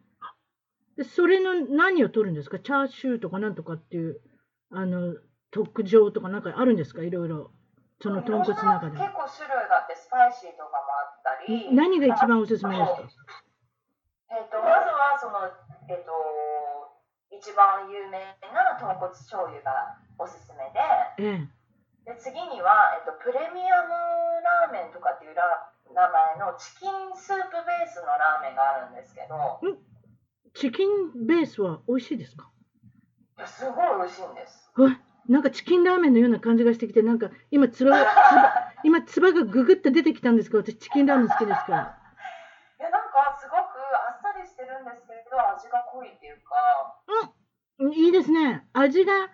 [SPEAKER 1] でそれの何を取るんですかチャーシューとかなんとかっていう、あの、特上とかなんかあるんですかいろいろ。その豚骨の中でも。
[SPEAKER 2] 結構種類があってスパイシーとかもあったり
[SPEAKER 1] 何が一番おすすめですか
[SPEAKER 2] えっとまずはそのえっ、と一番有名な豚骨醤油がおすすめで
[SPEAKER 1] ええ。
[SPEAKER 2] で次には、えっとプレミアムラーメンとかっていうラ名前のチキンスープベースのラーメンがあるんですけど
[SPEAKER 1] チキンベースは美味しいですか
[SPEAKER 2] いやすごい美味しいんです
[SPEAKER 1] うわなんかチキンラーメンのような感じがしてきて、なんか今、つばが、つば今、つばがぐぐって出てきたんですけど、私、チキンラーメン好きですから。
[SPEAKER 2] いやなんかすごくあっさりしてるんですけど味が濃いっていうか
[SPEAKER 1] うんいいですね。味が
[SPEAKER 2] は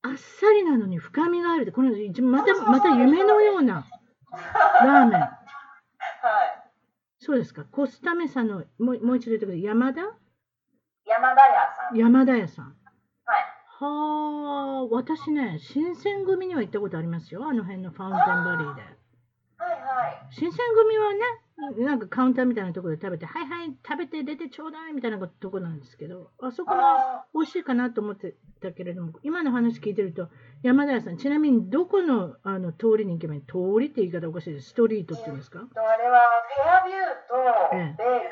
[SPEAKER 1] あっさりなのに深みがあるって、このまた、また夢のようなラーメン。
[SPEAKER 2] いはい
[SPEAKER 1] そうですか。コスタメさんの、もうもう一度言ってください。山田
[SPEAKER 2] 山田屋さんはい
[SPEAKER 1] 山田屋さん。
[SPEAKER 2] あ
[SPEAKER 1] はあ、私ね、新選組には行ったことありますよ。あの辺のファウンテンバリーで。
[SPEAKER 2] はいはい
[SPEAKER 1] 新選組はね、なんかカウンターみたいなところで食べて、はいはい、食べて出てちょうだいみたいなとこなんですけど、あそこは
[SPEAKER 2] あ
[SPEAKER 1] 美味しいかなと思ってたけれども、今の話聞いてると、山田屋さん、ちなみにどこのあの通りに行けばいい通りって言い方おかしいです。ストリートって言うんですか
[SPEAKER 2] ーとあれはフェアビューとベーカーで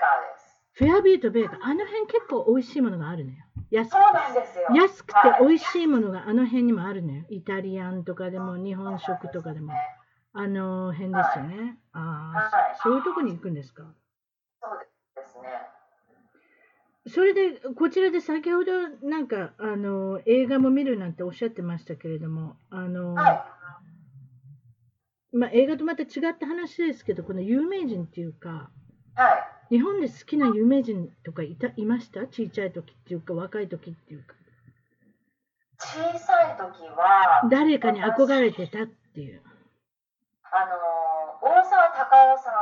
[SPEAKER 1] フ
[SPEAKER 2] す、
[SPEAKER 1] ェアビートベーカー、あの辺結構美味しいものがあるのよ。安くて
[SPEAKER 2] そうなんですよ
[SPEAKER 1] 安くて美
[SPEAKER 2] い
[SPEAKER 1] 味しいものがあの辺にもあるのよ。イタリアンとかでも日本食とかでも
[SPEAKER 2] はい、
[SPEAKER 1] あの辺ですよね。あ
[SPEAKER 2] はい
[SPEAKER 1] あ、そそういうとこに行くんですか。
[SPEAKER 2] そうですね
[SPEAKER 1] それでこちらで先ほどなんかあの映画も見るなんておっしゃってましたけれどもあの、
[SPEAKER 2] はい
[SPEAKER 1] まあ、映画とまた違った話ですけどこの有名人っていうか
[SPEAKER 2] はい
[SPEAKER 1] 日本で好きな有名人とかいたいました小さい時っていうか若い時っていうか
[SPEAKER 2] 小さい時はあのー
[SPEAKER 1] 誰かに憧れてたっていう
[SPEAKER 2] 大沢たかおさ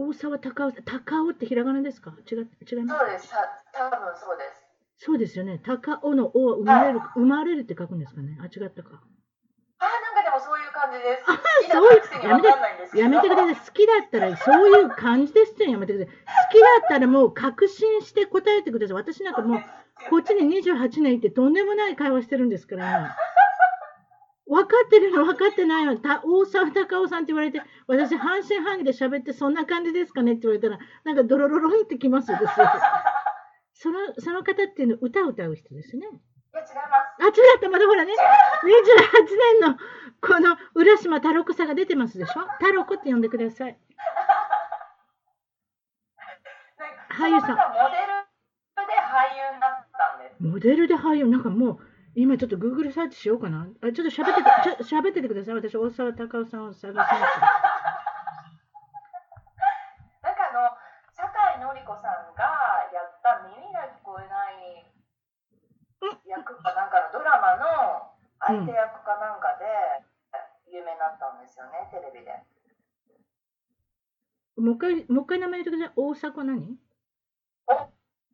[SPEAKER 2] ん
[SPEAKER 1] 大沢たかおさん高尾ってひらがなですか違違います
[SPEAKER 2] そうですた多分そうです
[SPEAKER 1] そうですよね高尾の「尾は生まれる「生まれる」って書くんですかねあ違ったか
[SPEAKER 2] あなんかでもそういう感じです好きだ
[SPEAKER 1] そういう
[SPEAKER 2] ったくせにわかんないんですけど
[SPEAKER 1] やめてください。好きだったら、そういう感じですってやめてください。好きだったらもう確信して答えてください。私なんかもう、こっちに28年いてとんでもない会話してるんですから、今。分かってるの分かってないのた大沢たかおさんって言われて私半信半疑で喋ってそんな感じですかねって言われたらなんかドロロロンってきますよ私そのその方っていうのは歌を歌う人ですね
[SPEAKER 2] いや違います
[SPEAKER 1] あ違ったまたほらね28年のこの浦島太郎さんが出てますでしょ太郎子って呼んでください
[SPEAKER 2] なんか
[SPEAKER 1] 俳優さん
[SPEAKER 2] その方はモデルで俳優になったんです。
[SPEAKER 1] モデルで俳優なんかもう今ちょっと Google サーチしようかなあちょっと喋っててちょ喋っててください私大沢たかおさんを探します
[SPEAKER 2] なんかあの酒井紀子さんがやった耳が聞こえない役かなんかのドラマの相手役かなんかで有名になったんですよね、テレビで。
[SPEAKER 1] もう一回もう一回名前言ってください大迫何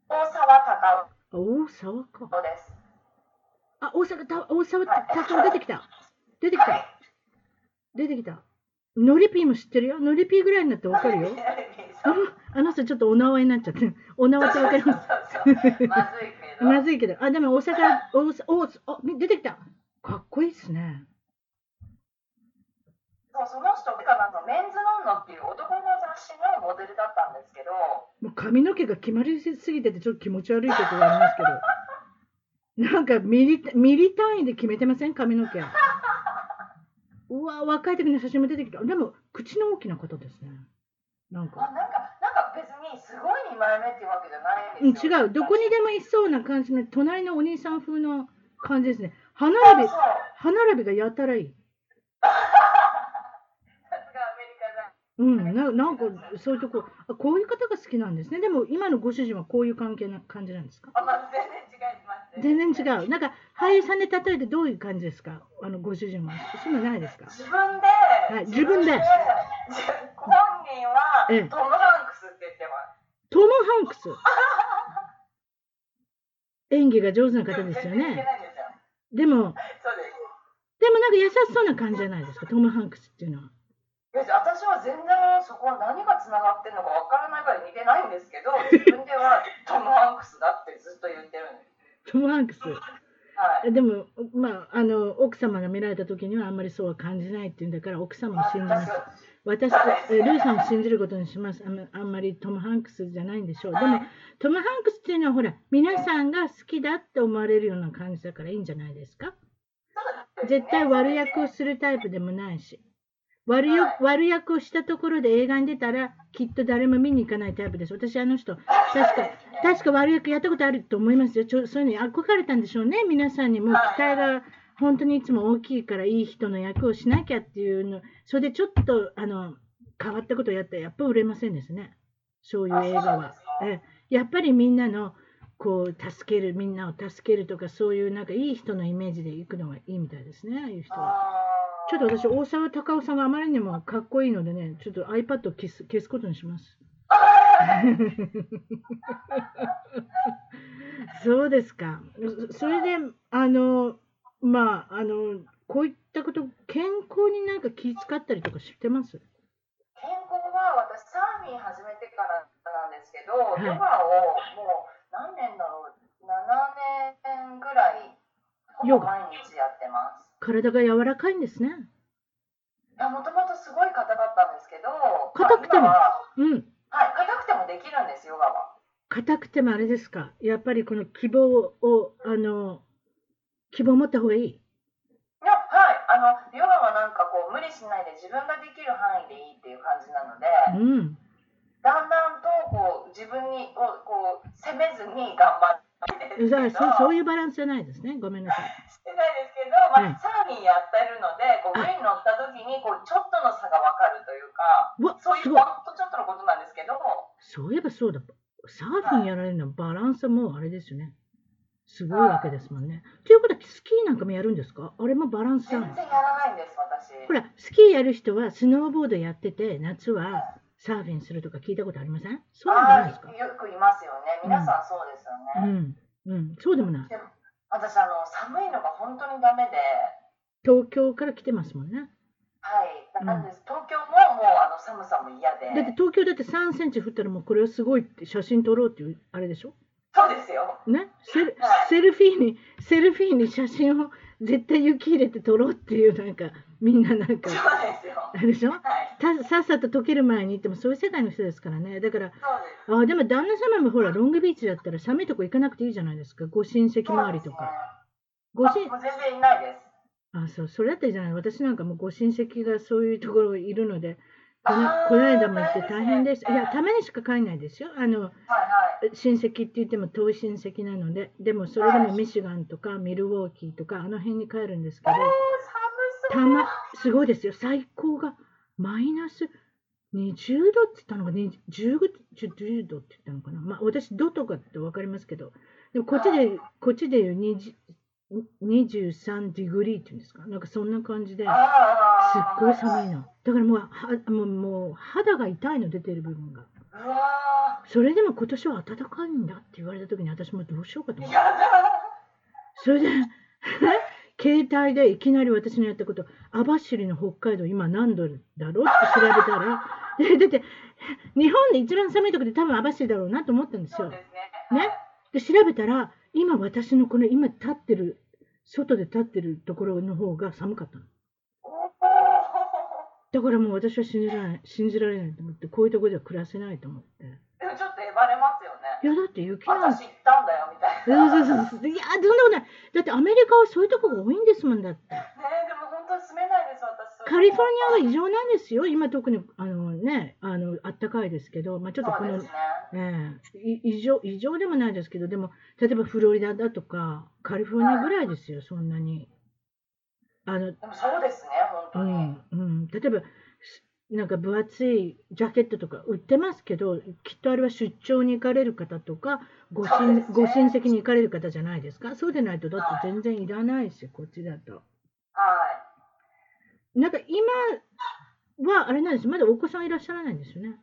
[SPEAKER 2] 大沢たか
[SPEAKER 1] あ大沢か
[SPEAKER 2] おです。
[SPEAKER 1] あ大沢た大沢たかお出てきた出てき
[SPEAKER 2] はい
[SPEAKER 1] た出てきたノリピーも知ってるよノリピーぐらいになってわかるよあのあの人ちょっとお縄になっちゃってお縄ってわかります
[SPEAKER 2] そうそうそうまずいけど。
[SPEAKER 1] まずいけど、あ、でも大阪、大阪、お、お、み出てきた。かっこいいですね。
[SPEAKER 2] そうその人があのメンズノンノっていう男の雑誌のモデルだったんですけど、
[SPEAKER 1] もう髪の毛が決まりすぎてて、ちょっと気持ち悪いところありますけど。なんかミリ、ミリ単位で決めてません、髪の毛。うわ、若い時の写真も出てきた。でも、口の大きな方ですね。なん
[SPEAKER 2] あ
[SPEAKER 1] か。
[SPEAKER 2] なんかなんか別にすごい二枚目っていうわけじゃない
[SPEAKER 1] うん、
[SPEAKER 2] ん
[SPEAKER 1] 違
[SPEAKER 2] ですよ。
[SPEAKER 1] う、どこにでもいそうな感じの、隣のお兄さん風の感じですね。歯
[SPEAKER 2] そう
[SPEAKER 1] 並び、
[SPEAKER 2] そう。
[SPEAKER 1] 歯並びがやたらいい。
[SPEAKER 2] さすがアメリカだ。
[SPEAKER 1] うん、ななんかそういうとこあこういう方が好きなんですねでも今のご主人はこういう関係な感じなんですか
[SPEAKER 2] あまず全然違います、
[SPEAKER 1] 全然違うなんか俳優さんで例えてどういう感じですかあのご主人は。そういうのないですか
[SPEAKER 2] 自分で、
[SPEAKER 1] い自分で
[SPEAKER 2] 自本人はト
[SPEAKER 1] ええ
[SPEAKER 2] ム・ハンクスって言ってます。
[SPEAKER 1] トム・ハンクス。演技が上手な方ですよ
[SPEAKER 2] 全然いけ
[SPEAKER 1] ね。
[SPEAKER 2] ないんですよ
[SPEAKER 1] でも、
[SPEAKER 2] そうです。
[SPEAKER 1] でもなんか優しそうな感じじゃないですか、トム・ハンクスっていうのは。
[SPEAKER 2] いや私は全然そこは何がつながってるのかわからないからい似てないんですけ ど自分ではトム・ハンクスだってずっと言ってるんです。
[SPEAKER 1] トム・ハンクス。
[SPEAKER 2] はい、
[SPEAKER 1] でも、まあ、あの奥様が見られた時にはあんまりそうは感じないっていうんだから奥様を信じます私えルーさんを信じることにしますあんあんまりトム・ハンクスじゃないんでしょうでもトム・ハンクスっていうのはほら皆さんが好きだって思われるような感じだからいいんじゃないですか絶対悪役を
[SPEAKER 2] を
[SPEAKER 1] するタイプでもないし悪よ
[SPEAKER 2] はい
[SPEAKER 1] 悪役をしたところで映画に出たらきっと誰も見に行かないタイプです私あの人確か確か悪役やったことあると思いますよちょそういうのに憧れたんでしょうね皆さんにもう期待が本当にいつも大きいからいい人の役をしなきゃっていうのそれでちょっとあの変わったことをやったらやっぱ売れませんですねそういう映画
[SPEAKER 2] あそうなん
[SPEAKER 1] は
[SPEAKER 2] ですか。
[SPEAKER 1] ええやっぱりみんなのこう助けるみんなを助けるとかそういうなんかいい人のイメージで行くのがいいみたいですねああいう人は。ちょっと私大沢たかおさんがあまりにもかっこいいのでねちょっと iPad を消す消すことにします。そうですか。そそれで、あの、まあ、あの、こういったこと、健康になんか気遣ったりとかしてます。
[SPEAKER 2] 健康は私サーフィン始めてからなんですけど、
[SPEAKER 1] い
[SPEAKER 2] ヨガをもう何年だろう7年ぐらいほぼ毎日やってます
[SPEAKER 1] 体が柔らかいんですね。
[SPEAKER 2] もともとすごい硬かったんですけど
[SPEAKER 1] 硬くても
[SPEAKER 2] まあ
[SPEAKER 1] うん。
[SPEAKER 2] 今は、はい、硬くてもできるんですヨガは
[SPEAKER 1] 硬くてもあれですか。やっぱりこの希望を、あの、希望を持った方がいい。
[SPEAKER 2] いやはいあのヨガはなんかこう無理しないで自分ができる範囲でいいっていう感じなので、
[SPEAKER 1] うん。
[SPEAKER 2] だんだんとこう自分にをこう責めずに頑張って
[SPEAKER 1] う
[SPEAKER 2] るんですけ
[SPEAKER 1] ざい
[SPEAKER 2] ど
[SPEAKER 1] そうそういうバランスじゃないですね。ごめんなさい。
[SPEAKER 2] してないですけど、
[SPEAKER 1] うん
[SPEAKER 2] まあ、サーフィンやってるので、こう
[SPEAKER 1] あ
[SPEAKER 2] 上に乗った時にこうちょっとの差が分かるというか、
[SPEAKER 1] うわ、
[SPEAKER 2] そうい
[SPEAKER 1] す
[SPEAKER 2] う
[SPEAKER 1] ごい
[SPEAKER 2] ほ。んとちょっとのことなんですけど、
[SPEAKER 1] そういえばそうだ。サーフィンやられるのはバランスはもうあれですよね。すごいわけですもんね。ということはスキーなんかもやるんですかあれもバランスじゃ
[SPEAKER 2] 全
[SPEAKER 1] ないです
[SPEAKER 2] 然
[SPEAKER 1] か
[SPEAKER 2] やらないんです、私。
[SPEAKER 1] ほら、スキーやる人はスノーボードやってて、夏はサーフィンするとか聞いたことありませんそうなんじゃない
[SPEAKER 2] あ
[SPEAKER 1] ですか
[SPEAKER 2] ーよくいますよね。皆さんそうですよ
[SPEAKER 1] う
[SPEAKER 2] ね。
[SPEAKER 1] ん。うん。そうでもない。
[SPEAKER 2] でも私あの、寒いのが本当にダメで、
[SPEAKER 1] 東京から来てますもんね。
[SPEAKER 2] はい、
[SPEAKER 1] うん
[SPEAKER 2] なんです、東京ももうあの寒さも嫌で
[SPEAKER 1] だって、東京だって3センチ降ったらもうこれはすごいって写真撮ろうっていうあれでしょ
[SPEAKER 2] そうですよ。
[SPEAKER 1] ねセル
[SPEAKER 2] はい
[SPEAKER 1] セルフィーに、セルフィーに写真を絶対雪入れて撮ろうっていうなんか、みんななん
[SPEAKER 2] そう
[SPEAKER 1] か、
[SPEAKER 2] ですよ。
[SPEAKER 1] あれでしょ
[SPEAKER 2] はい、
[SPEAKER 1] たさっさと溶ける前にってもそういう世界の人ですからねだから
[SPEAKER 2] そうです。
[SPEAKER 1] あでも旦那様もほらロングビーチだったら寒いとこ行かなくていいじゃないですかご親戚周りとか
[SPEAKER 2] そ
[SPEAKER 1] ご
[SPEAKER 2] うです
[SPEAKER 1] 親
[SPEAKER 2] ね。あもう全然いないです。
[SPEAKER 1] あそうそれだったらいいじゃない私なんかもうご親戚がそういうところいるのでこの
[SPEAKER 2] あー
[SPEAKER 1] この間も行って大変でし
[SPEAKER 2] 大
[SPEAKER 1] たい
[SPEAKER 2] 変ですね
[SPEAKER 1] やためにしか帰んないですよあの
[SPEAKER 2] はいはい。
[SPEAKER 1] 親戚って言っても遠い親戚なのででもそれでも
[SPEAKER 2] はい
[SPEAKER 1] ミシガンとかミルウォーキーとかあの辺に帰るんですけ
[SPEAKER 2] えー、
[SPEAKER 1] ど
[SPEAKER 2] 寒そう。
[SPEAKER 1] たま、すごいですよ、最高がマイナス20度って言ったのが、20 15 10度って言ったのかな、まあ、私、度とかって分かりますけど、でもこっちで、こっちで言う20 23ディグリーっていうんですか、なんかそんな感じで、すっ
[SPEAKER 2] あー
[SPEAKER 1] ごい寒いの。だからもうはもうもう肌が痛いの、出てる部分が。
[SPEAKER 2] うわ
[SPEAKER 1] それでも今年は暖かいんだって言われた時に、私もどうしようかと
[SPEAKER 2] ー
[SPEAKER 1] 思っ
[SPEAKER 2] や
[SPEAKER 1] て。
[SPEAKER 2] だ
[SPEAKER 1] それで携帯でいきなり私のやったこと網走の北海道今何ドルだろうって調べた らでだって日本で一番寒いとこで多分網走だろうなと思ったんです
[SPEAKER 2] そう
[SPEAKER 1] よ
[SPEAKER 2] ですね
[SPEAKER 1] ねで調べたら今私のこの今立ってる外で立ってるところの方が寒かったの
[SPEAKER 2] おー
[SPEAKER 1] だからもう私は信じられない信じられないと思ってこういうとこでは暮らせないと思って
[SPEAKER 2] でもちょっとえばれますよね
[SPEAKER 1] いやだって雪なん
[SPEAKER 2] 朝知ったんだよみたい
[SPEAKER 1] そう
[SPEAKER 2] なね
[SPEAKER 1] そうそうそういやそんなことないだってアメリカはそういうとこが多いんですもんだって
[SPEAKER 2] えでも本当に住めないです私
[SPEAKER 1] カリフォル
[SPEAKER 2] ニア
[SPEAKER 1] ニアは異常なんですよ、今特にあのね、あの暖かいですけど、まあ、ちょっとこ
[SPEAKER 2] そう
[SPEAKER 1] の、
[SPEAKER 2] ですね
[SPEAKER 1] ええい異常異常でもないですけど、でも例えばフロリダだとかカリフォルニアぐらいですよ、そんなに。あの
[SPEAKER 2] でもそうですね本
[SPEAKER 1] う
[SPEAKER 2] 当に、
[SPEAKER 1] んうん、例えばすなんか分厚いジャケットとか売ってますけどきっとあれは出張に行かれる方とかご
[SPEAKER 2] そう
[SPEAKER 1] 親,、
[SPEAKER 2] ですね
[SPEAKER 1] ご親戚に行かれる方じゃないですかそうでないとだって全然いらないしこっちだと
[SPEAKER 2] はい
[SPEAKER 1] なんか今はあれなんですまだお子さんいらっしゃらないんですよね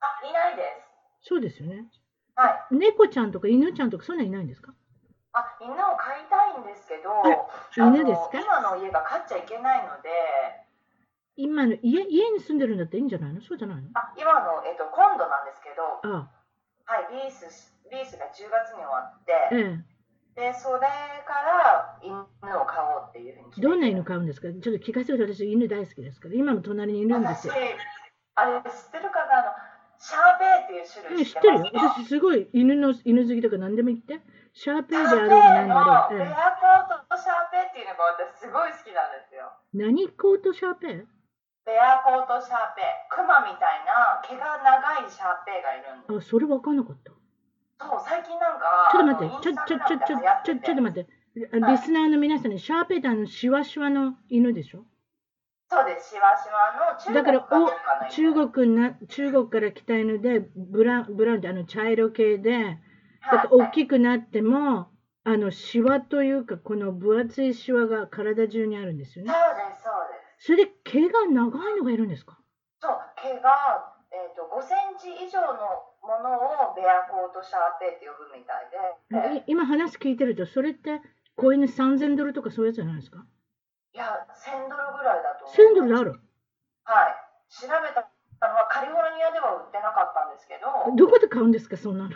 [SPEAKER 2] あいないです
[SPEAKER 1] そうですよね
[SPEAKER 2] はい
[SPEAKER 1] 猫ちゃんとか犬ちゃんとかそういうのいないんですか
[SPEAKER 2] あ犬を飼いたいんですけどあの
[SPEAKER 1] 犬ですか
[SPEAKER 2] 今の家が飼っちゃいけないので
[SPEAKER 1] 今の家家に住んでるんだっていいんじゃないのそうじゃないの
[SPEAKER 2] あ今の、えっと、今度なんですけど、は
[SPEAKER 1] あ
[SPEAKER 2] い、リースしリースが10月に終わっ
[SPEAKER 1] あ
[SPEAKER 2] て
[SPEAKER 1] え
[SPEAKER 2] でそれから犬を飼おうっていうふうに決
[SPEAKER 1] え
[SPEAKER 2] めて
[SPEAKER 1] どんな犬飼うんですかちょっと聞かせてください私犬大好きですから今も隣にいるんですよ
[SPEAKER 2] 私あれ知ってるかなあのシャーベー
[SPEAKER 1] え
[SPEAKER 2] っていう種類
[SPEAKER 1] 知っ
[SPEAKER 2] 知ってて
[SPEAKER 1] る
[SPEAKER 2] ま
[SPEAKER 1] よ。
[SPEAKER 2] すか
[SPEAKER 1] 私すごい犬の犬好きとか何でも言って。シャーペ
[SPEAKER 2] シ
[SPEAKER 1] ー
[SPEAKER 2] ャ
[SPEAKER 1] で
[SPEAKER 2] ー
[SPEAKER 1] あろうが何だろう
[SPEAKER 2] ペーのベ
[SPEAKER 1] が、ええ
[SPEAKER 2] アコートとシャーペーっていうのが私すごい好きなんですよ
[SPEAKER 1] 何コートシャーペー
[SPEAKER 2] ベアコートシャーペークマみたいな毛が長いシャーペーがいるんです
[SPEAKER 1] あ、それ分かんなかった。
[SPEAKER 2] そう最近なんか
[SPEAKER 1] ちょっと待って、ちょ、
[SPEAKER 2] あの
[SPEAKER 1] ちょ、ちょ、ちょ、
[SPEAKER 2] インスタグラムで流
[SPEAKER 1] ちょ、
[SPEAKER 2] 行てて
[SPEAKER 1] ちょっと待って。あ
[SPEAKER 2] はい
[SPEAKER 1] リスナーの皆さんに、シャーペーってあの、シワシワの犬でしょ
[SPEAKER 2] そうです、しわしわの中
[SPEAKER 1] だから
[SPEAKER 2] 国かどうかの犬
[SPEAKER 1] 中国な、中国から来た犬で、ブラウン、ブラウンってあの、茶色系で、だ
[SPEAKER 2] は
[SPEAKER 1] か
[SPEAKER 2] い
[SPEAKER 1] ら大きくなっても、あの、シワというか、この分厚いシワが体中にあるんですよね。
[SPEAKER 2] そうです、そうです。
[SPEAKER 1] それで、毛が長いのがいるんですか
[SPEAKER 2] そう、毛が、えー、と5センチ以上のものをベアコートシャーペーって呼ぶみたいで、
[SPEAKER 1] い今話聞いてるとそれって子犬3000ドルとかそういうやつじゃないですか
[SPEAKER 2] いや、1000ドルぐらいだと思
[SPEAKER 1] 1000ド
[SPEAKER 2] う。
[SPEAKER 1] ルある
[SPEAKER 2] はい。調べたのはカリフォルニアでは売ってなかったんですけど、い
[SPEAKER 1] どこで買うんですかそんなの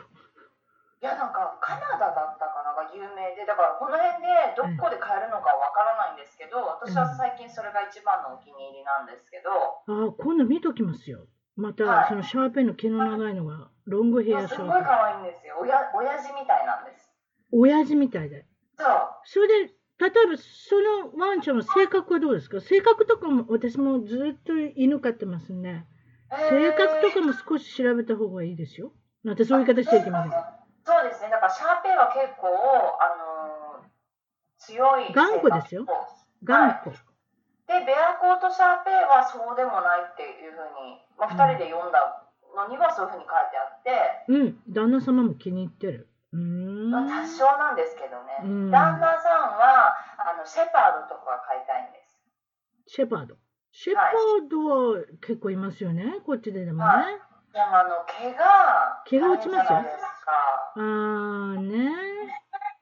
[SPEAKER 2] や、なんかカナダだったかなが有名で、だからこの辺でどこで買えるのかわからないんですけど、私は最近それが一番のお気に入りなんですけど、
[SPEAKER 1] ああ今度見ときますよま
[SPEAKER 2] は
[SPEAKER 1] た
[SPEAKER 2] い
[SPEAKER 1] そのシャーペンの毛の長いのがロングヘ
[SPEAKER 2] いや
[SPEAKER 1] アシ
[SPEAKER 2] す
[SPEAKER 1] ャー
[SPEAKER 2] ごい
[SPEAKER 1] ペン
[SPEAKER 2] 可愛いんですよ。おや親父みたいなんです。
[SPEAKER 1] 親父みたいで
[SPEAKER 2] そう。
[SPEAKER 1] それで例えばそのワンちゃんの性格はどうですか性格とかも私もずっと犬飼ってますね性格とか
[SPEAKER 2] も
[SPEAKER 1] も少し調べた方がいいですよなんてそういう言い方しちゃいけません
[SPEAKER 2] そうですね、だからシャーペイは結構、あのー強い性格
[SPEAKER 1] 頑固ですよ頑固
[SPEAKER 2] で、ベアコートシャーペイはそうでもないっていうふうに、まあ、2人で読んだのにはそういうふうに書いてあって、
[SPEAKER 1] うん旦那様も気に入ってるうーん
[SPEAKER 2] まあ、多少なんですけどね、
[SPEAKER 1] うん
[SPEAKER 2] 旦那さんはあのシェパードとかが買いたいんです。
[SPEAKER 1] シェパード。シェパードは結構いますよね、こっちででもね。
[SPEAKER 2] はいでもあの毛が
[SPEAKER 1] 毛が落ちますよ
[SPEAKER 2] 大変じゃないですか
[SPEAKER 1] あーね。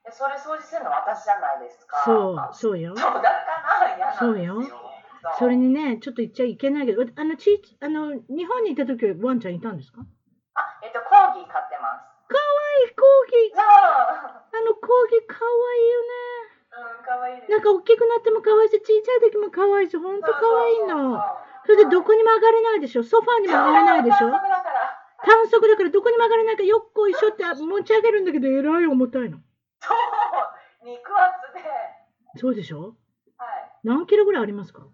[SPEAKER 2] でそれ掃除するの私じゃないですか。
[SPEAKER 1] そう
[SPEAKER 2] あ、
[SPEAKER 1] そうよ。
[SPEAKER 2] そうだから嫌なんです
[SPEAKER 1] そうよ
[SPEAKER 2] よ。そ
[SPEAKER 1] そ
[SPEAKER 2] う
[SPEAKER 1] れにね、ちょっと言っちゃいけないけど、あの、ちいあの日本にいた時はワンちゃんいたんですか
[SPEAKER 2] あ、えっと、コーギー買ってます。
[SPEAKER 1] 飛行機、
[SPEAKER 2] そう。
[SPEAKER 1] あの、講義かわいいよ
[SPEAKER 2] うん、可愛いです。
[SPEAKER 1] ね。なんか大きくなってもかわいいし、ちいちゃい時もかわいいし、ほんとかわいいの。そ
[SPEAKER 2] そう
[SPEAKER 1] れで
[SPEAKER 2] そうそう。
[SPEAKER 1] どこにも上がれないでしょ、ソファーにも上がれないでし
[SPEAKER 2] そ
[SPEAKER 1] ょ
[SPEAKER 2] う。そうだから
[SPEAKER 1] 短足だからどこにも上がれないから、よっこいしょって持ち上げるんだけど、えらい重たいの。
[SPEAKER 2] そう肉厚で。は
[SPEAKER 1] そうでしょ
[SPEAKER 2] い。
[SPEAKER 1] 何キロぐらいありますか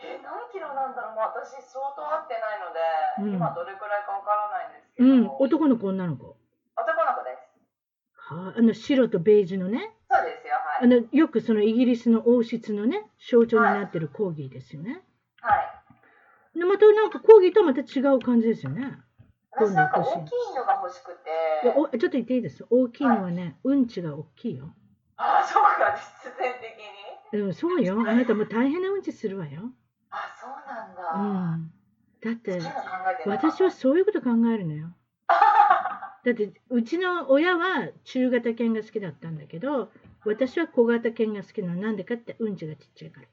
[SPEAKER 2] え、何キロなんだろう。もう私相当合ってないので、
[SPEAKER 1] うん
[SPEAKER 2] 今どれくらいかわからないんですけ
[SPEAKER 1] う
[SPEAKER 2] ど。
[SPEAKER 1] ん、
[SPEAKER 2] 男の
[SPEAKER 1] 男の子、女の子。
[SPEAKER 2] 子です。
[SPEAKER 1] はあ、あの白とベージュのね
[SPEAKER 2] そうですよ。は
[SPEAKER 1] あ
[SPEAKER 2] い。
[SPEAKER 1] のよくそのイギリスの王室のね象徴になってるコーギーですよね。
[SPEAKER 2] はい。
[SPEAKER 1] でまたなんかコーギーとはまた違う感じですよね。
[SPEAKER 2] 私なんか大きいのが欲しくて。
[SPEAKER 1] でおちょっと言っていいです大きいのはねうんちが大きいよ。
[SPEAKER 2] あ、そうか。必然的に。
[SPEAKER 1] うん、そうよあなたもう大変なうんちするわよ。
[SPEAKER 2] あ、そうなんだ。
[SPEAKER 1] うん、だ
[SPEAKER 2] 好
[SPEAKER 1] っ
[SPEAKER 2] き
[SPEAKER 1] て
[SPEAKER 2] なの考えてなかった
[SPEAKER 1] 私はそういうこと考えるのよ。だってうちの親は中型犬が好きだったんだけど私は小型犬が好きなのなんでかってうんちがちっちゃいから。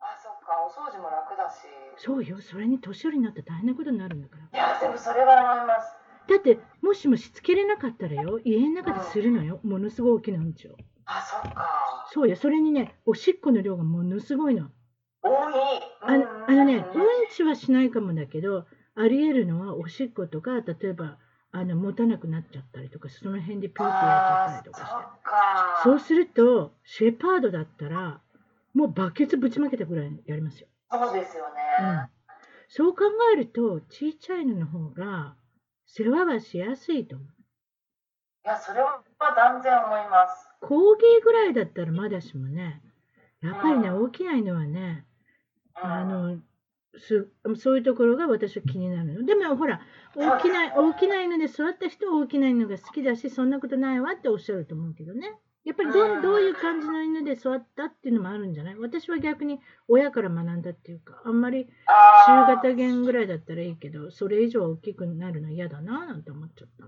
[SPEAKER 2] あ、そっか。お掃除も楽だし。
[SPEAKER 1] そうよそれに年寄りになって大変なことになるんだから。
[SPEAKER 2] いや、でもそれは思います。
[SPEAKER 1] だってもしもしつけれなかったらよ家の中でするのよものすごい大きなうんちを
[SPEAKER 2] あ、そっか。
[SPEAKER 1] そうよそれにねおしっこの量がものすごいの
[SPEAKER 2] 多い。
[SPEAKER 1] あのあのねうん
[SPEAKER 2] うん
[SPEAKER 1] ちはしないかもだけどありえるのはおしっことか例えばあの持たなくなっちゃったりとかその辺でピューピューやっちゃったりとか
[SPEAKER 2] あー
[SPEAKER 1] し
[SPEAKER 2] そ
[SPEAKER 1] て
[SPEAKER 2] っか。
[SPEAKER 1] そうするとシェパードだったらもうバケツぶちまけたぐらいやりますよ、
[SPEAKER 2] そうですよね。
[SPEAKER 1] うん、そう考えるとちいちゃいのの方が世話はしやすいと思う
[SPEAKER 2] いや、それは断然思います。
[SPEAKER 1] コーギーぐらいだったらまだしもねやっぱりね
[SPEAKER 2] うん
[SPEAKER 1] 大きな犬はね
[SPEAKER 2] うん
[SPEAKER 1] あのすそういうところが私は気になるのでもほら大きな大きな犬で育った人は大きな犬が好きだしそんなことないわっておっしゃると思うけどねやっぱりど
[SPEAKER 2] うん
[SPEAKER 1] どういう感じの犬で育ったっていうのもあるんじゃない私は逆に親から学んだっていうかあんまり中
[SPEAKER 2] あー
[SPEAKER 1] 型犬ぐらいだったらいいけどそれ以上大きくなるの嫌だななんて思っちゃった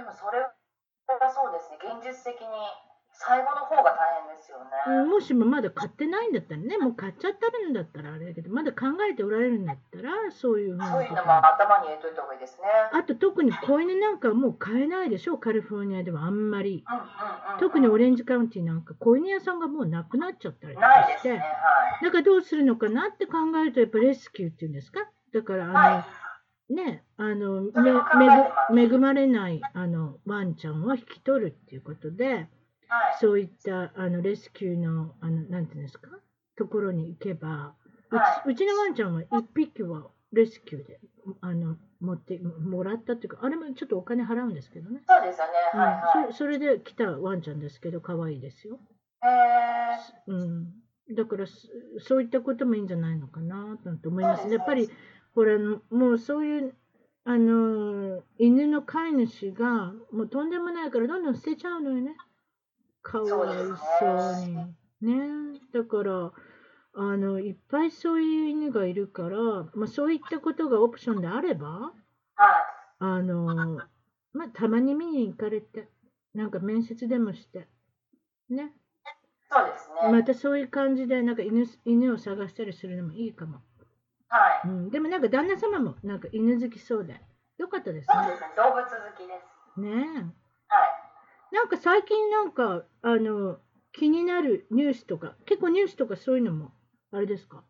[SPEAKER 2] でもそれはそうですね現実的に最後の方が大変ですよね、
[SPEAKER 1] もしもまだ買ってないんだったらねもう買っちゃってるんだったらあれだけどまだ考えておられるんだったらそういうふうな
[SPEAKER 2] そういう
[SPEAKER 1] こと
[SPEAKER 2] のも頭に入れといた方がいいですね
[SPEAKER 1] あと特に子犬なんかはもう買えないでしょカリフォルニアではあんまり
[SPEAKER 2] うんうんうんうん
[SPEAKER 1] 特にオレンジカウンティなんか子犬屋さんがもうなくなっちゃったりとか
[SPEAKER 2] ないで
[SPEAKER 1] し
[SPEAKER 2] すね
[SPEAKER 1] て
[SPEAKER 2] はい
[SPEAKER 1] だからどうするのかなって考えるとやっぱレスキューっていうんですかだからあの、
[SPEAKER 2] はい
[SPEAKER 1] ねあのめ
[SPEAKER 2] それも考えてます
[SPEAKER 1] めぐ恵まれないあのワンちゃんは引き取るっていうことで
[SPEAKER 2] はい
[SPEAKER 1] そういったあのレスキューのあのなんていうんですかところに行けばうち,、
[SPEAKER 2] は
[SPEAKER 1] うちのワンちゃんは1匹はレスキューであの持ってもらったっていうかあれもちょっとお金払うんですけどね、
[SPEAKER 2] そうですよね
[SPEAKER 1] うん
[SPEAKER 2] はいはい、
[SPEAKER 1] そそれで来たワンちゃんですけど可愛いですよ、
[SPEAKER 2] へー
[SPEAKER 1] うん、だからそそういったこともいいんじゃないのかななんて思いま
[SPEAKER 2] そ
[SPEAKER 1] す
[SPEAKER 2] う
[SPEAKER 1] ねや
[SPEAKER 2] です
[SPEAKER 1] っぱりほらもうそういうあのー犬の飼い主がもうとんでもないからどんどん捨てちゃうのよねかわいそうにねだからあのいっぱいそういう犬がいるから、まあ、そういったことがオプションであれば
[SPEAKER 2] はい
[SPEAKER 1] あのーまあたまに見に行かれてなんか面接でもしてね
[SPEAKER 2] そうですね、
[SPEAKER 1] またそういう感じでなんか犬犬を探したりするのもいいかも、
[SPEAKER 2] はい
[SPEAKER 1] うん、でもなんか旦那様もなんか犬好きそうでよかったです
[SPEAKER 2] そうですね動物好きです
[SPEAKER 1] ねねえ
[SPEAKER 2] はい
[SPEAKER 1] なんか最近なんかあの気になるニュースとか結構ニュースとかそういうのもあれですか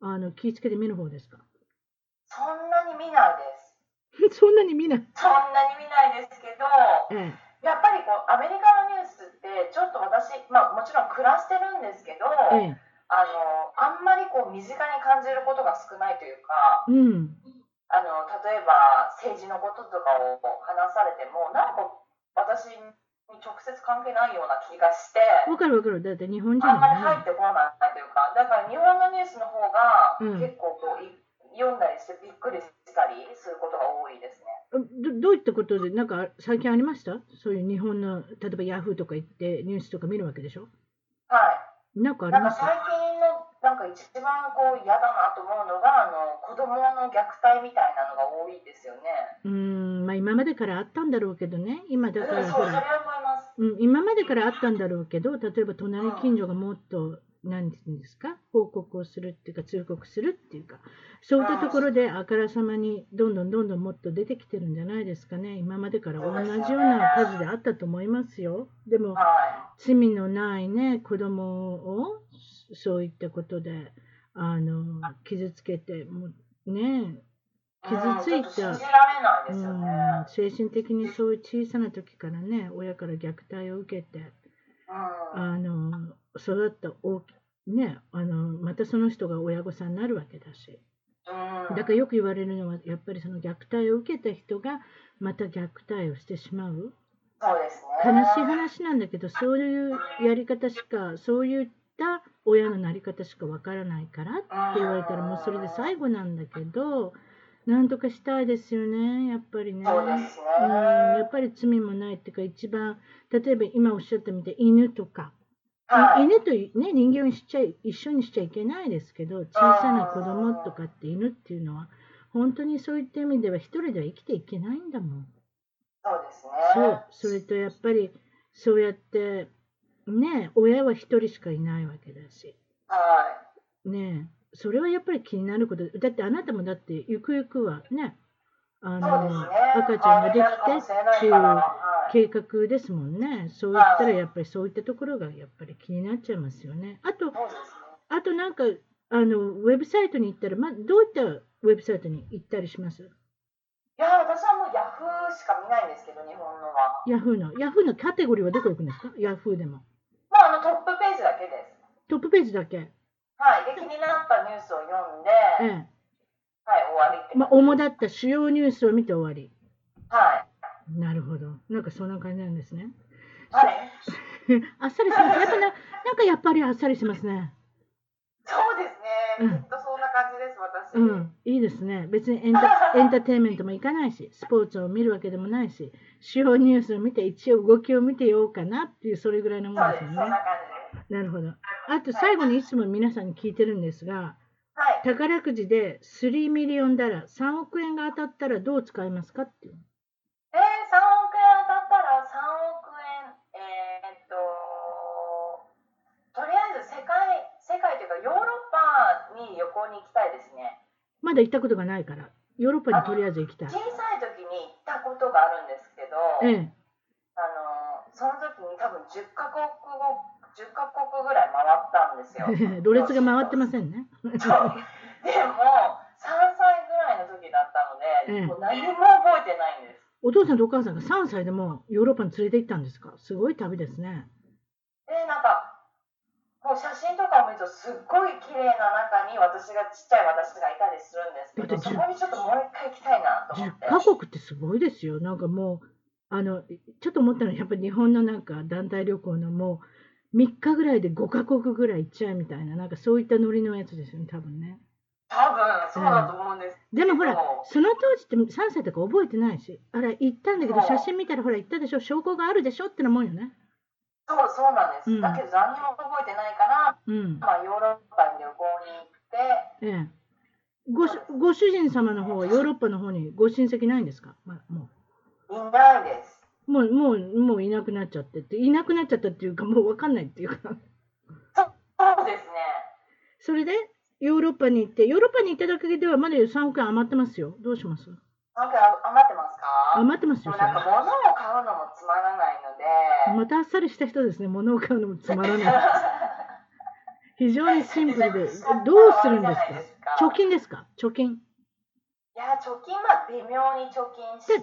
[SPEAKER 1] あの気ぃつけて見る方ですか
[SPEAKER 2] そんなに見ないです
[SPEAKER 1] そんなに見ない、
[SPEAKER 2] そんなに見ないですけど
[SPEAKER 1] ええ、
[SPEAKER 2] やっぱりこうアメリカのニュースってちょっと私、まあ、もちろん暮らしてるんですけど、
[SPEAKER 1] え
[SPEAKER 2] あ
[SPEAKER 1] え
[SPEAKER 2] のあんまりこう身近に感じることが少ないというか
[SPEAKER 1] うん
[SPEAKER 2] あの例えば政治のこととかをこう話されてもなんか私に直接関係ないような気がして
[SPEAKER 1] わかるわかるだって日本人
[SPEAKER 2] あんまり
[SPEAKER 1] は
[SPEAKER 2] 入っ
[SPEAKER 1] ね
[SPEAKER 2] てこないというかだから日本のニュースの方が
[SPEAKER 1] うん
[SPEAKER 2] 結構こう、い読んだりしてびっくりしたりすることが多いですね。
[SPEAKER 1] どどういったことでなんか最近ありましたそういう日本の例えばヤフーとか行ってニュースとか見るわけでしょ
[SPEAKER 2] はい
[SPEAKER 1] なんかあり
[SPEAKER 2] なん
[SPEAKER 1] ま
[SPEAKER 2] か
[SPEAKER 1] す
[SPEAKER 2] 最近のなんか一番こう嫌だなと思うのがあの子供の虐待みたいなのが多いんですよね。
[SPEAKER 1] うーんまあ、今までからあったんだろうけどね、今だか
[SPEAKER 2] うん
[SPEAKER 1] ら
[SPEAKER 2] そ
[SPEAKER 1] ほ
[SPEAKER 2] うそれ
[SPEAKER 1] ら、
[SPEAKER 2] は思います。
[SPEAKER 1] うん、今までからあったんだろうけど、例えば隣近所がもっと、なんていうんですか、報告をするっていうか、通告するっていうか、そういったところであからさまにどんどんどんどんもっと出てきてるんじゃないですかね、今までから同じような数であったと思いますよ。でも、
[SPEAKER 2] は
[SPEAKER 1] 罪のないね子供をそそういったことであの傷つけてもうね
[SPEAKER 2] い。
[SPEAKER 1] 傷ついた
[SPEAKER 2] うんちょっと信じられないですよね。
[SPEAKER 1] うん精神的にそういう小さな時からね親から虐待を受けて
[SPEAKER 2] うん。
[SPEAKER 1] あの育った大きねあのまたその人が親御さんになるわけだし
[SPEAKER 2] うん。
[SPEAKER 1] だからよく言われるのはやっぱりその虐待を受けた人がまた虐待をしてしまう
[SPEAKER 2] そうですね。
[SPEAKER 1] 悲しい話なんだけどそういうやり方しかそういった親のなり方しかわからないからって言われたらもうそれで最後なんだけどなんとかしたいですよねやっぱりね。
[SPEAKER 2] そうですね。
[SPEAKER 1] うんやっぱり罪もないっていうか一番例えば今おっしゃったみたいに犬とか、
[SPEAKER 2] はい。
[SPEAKER 1] 犬と、ね、人間をしちゃい一緒にしちゃいけないですけど小さな子供とかって犬っていうのは本当にそういった意味では一人では生きていけないんだもん。
[SPEAKER 2] そうですね。
[SPEAKER 1] そうそれとやっぱりそうやってね親は一人しかいないわけだし
[SPEAKER 2] はい。
[SPEAKER 1] ねそれはやっぱり気になることだってあなたもだってゆくゆくはねあ
[SPEAKER 2] そう
[SPEAKER 1] の
[SPEAKER 2] ですね。
[SPEAKER 1] 赤ちゃんができてっていう
[SPEAKER 2] 変わりになるかもしれないからはい
[SPEAKER 1] 計画ですもんねそう言ったらやっぱりそういったところがやっぱり気になっちゃいますよねあと
[SPEAKER 2] そうですね。
[SPEAKER 1] あとなんかあのウェブサイトに行ったら、ま、どういったウェブサイトに行ったりします
[SPEAKER 2] いや、私はもうヤフーしか見ないんですけど、日本のは。
[SPEAKER 1] ヤフーのヤフーのカテゴリーはどこ行くんですかヤフーでも
[SPEAKER 2] もうあのトップページだけです。
[SPEAKER 1] トップページだけ
[SPEAKER 2] はい、で気になったニュースを読んで、
[SPEAKER 1] え
[SPEAKER 2] は
[SPEAKER 1] え
[SPEAKER 2] い、終わりって
[SPEAKER 1] まあ、
[SPEAKER 2] 感
[SPEAKER 1] 主だった主要ニュースを見て終わり。
[SPEAKER 2] じ。はい。
[SPEAKER 1] なるほど。なんかそんな感じなんですね。
[SPEAKER 2] はい。
[SPEAKER 1] あっさりします。やっぱな、なんかやっぱりあっさりしますね。
[SPEAKER 2] そうです
[SPEAKER 1] うん
[SPEAKER 2] ね。ずっとそんな感じでです、私。
[SPEAKER 1] うん、いいですね。別にエンタエンターテインメントも行かないし、スポーツを見るわけでもないし、主要ニュースを見て、一応動きを見てようかなっていう、それぐらいのも
[SPEAKER 2] そ
[SPEAKER 1] の
[SPEAKER 2] う
[SPEAKER 1] で
[SPEAKER 2] です
[SPEAKER 1] よ
[SPEAKER 2] す、そ
[SPEAKER 1] ね
[SPEAKER 2] ん。な感じです。
[SPEAKER 1] なるほど。あと最後にいつも皆さんに聞いてるんですが、
[SPEAKER 2] はい。
[SPEAKER 1] 宝くじで3ミリオンダラー、3億円が当たったらどう使いますかっていう。
[SPEAKER 2] えー、3億円当たったら3億円、えーっと、とりあえず世界、世界というかヨーロッパに旅行に行きたいですね。
[SPEAKER 1] まだ行ったことがないから、ヨーロッパにとりあえず行きたい
[SPEAKER 2] 小。さい時に行ったことがあるんですけど、
[SPEAKER 1] ええ、
[SPEAKER 2] あのその時に多分10カ国語10カ国ぐらい回ったんです よ
[SPEAKER 1] ろれつが回ってま
[SPEAKER 2] ん
[SPEAKER 1] せんね。
[SPEAKER 2] そうでも3歳ぐらいの時だったので、
[SPEAKER 1] うん
[SPEAKER 2] もう何も覚えてないんです
[SPEAKER 1] お父さんとお母さんが3歳でもヨーロッパに連れて行ったんですか。すごい旅ですね。
[SPEAKER 2] でなんかもう写真とかを見るとすっごい綺麗な中に私がちっちゃい私がいたりするんですけ
[SPEAKER 1] だ
[SPEAKER 2] ど
[SPEAKER 1] って
[SPEAKER 2] そ
[SPEAKER 1] じゅ
[SPEAKER 2] こにちょっともう一回行きたいなと思って
[SPEAKER 1] 10カ国ってすごいですよ。なんかもう、あの、ちょっと思ったのは、やっぱり日本のなんか団体旅行のもう、3日ぐらいで5カ国ぐらい行っちゃうみたいな、なんかそういったノリのやつですよね、多分ね。
[SPEAKER 2] 多分そうだと思うんです、
[SPEAKER 1] でもほら
[SPEAKER 2] そ、
[SPEAKER 1] その当時って3歳とか覚えてないし、あれ、行ったんだけど、
[SPEAKER 2] そう
[SPEAKER 1] 写真見たらほら、行ったでしょ、証拠があるでしょってなもんよね。
[SPEAKER 2] そうそうなんです、
[SPEAKER 1] うん
[SPEAKER 2] だけど何にも覚えてないから、
[SPEAKER 1] うん。
[SPEAKER 2] まあ、ヨーロッパに旅行に行って
[SPEAKER 1] ええ。ご主ご主人様の方はヨーロッパの方にご親戚ないんですか、まあ、もう
[SPEAKER 2] いないです。
[SPEAKER 1] もうもうもういなくなっちゃってっていなくなっちゃったっていうかもう分かんないっていうか
[SPEAKER 2] そうですね。
[SPEAKER 1] それでヨーロッパに行ってヨーロッパに行っただけではまだ3億円余ってますよどうします
[SPEAKER 2] なんか余ってますか？
[SPEAKER 1] 余ってます
[SPEAKER 2] で
[SPEAKER 1] よ
[SPEAKER 2] も
[SPEAKER 1] そ
[SPEAKER 2] なんか
[SPEAKER 1] れ
[SPEAKER 2] 物を買うのもつまらないので、
[SPEAKER 1] またあっさりした人ですね物を買うのもつまら ない非常にシンプルでどうするんですか貯金ですか貯金
[SPEAKER 2] いや貯金は微妙に貯金して、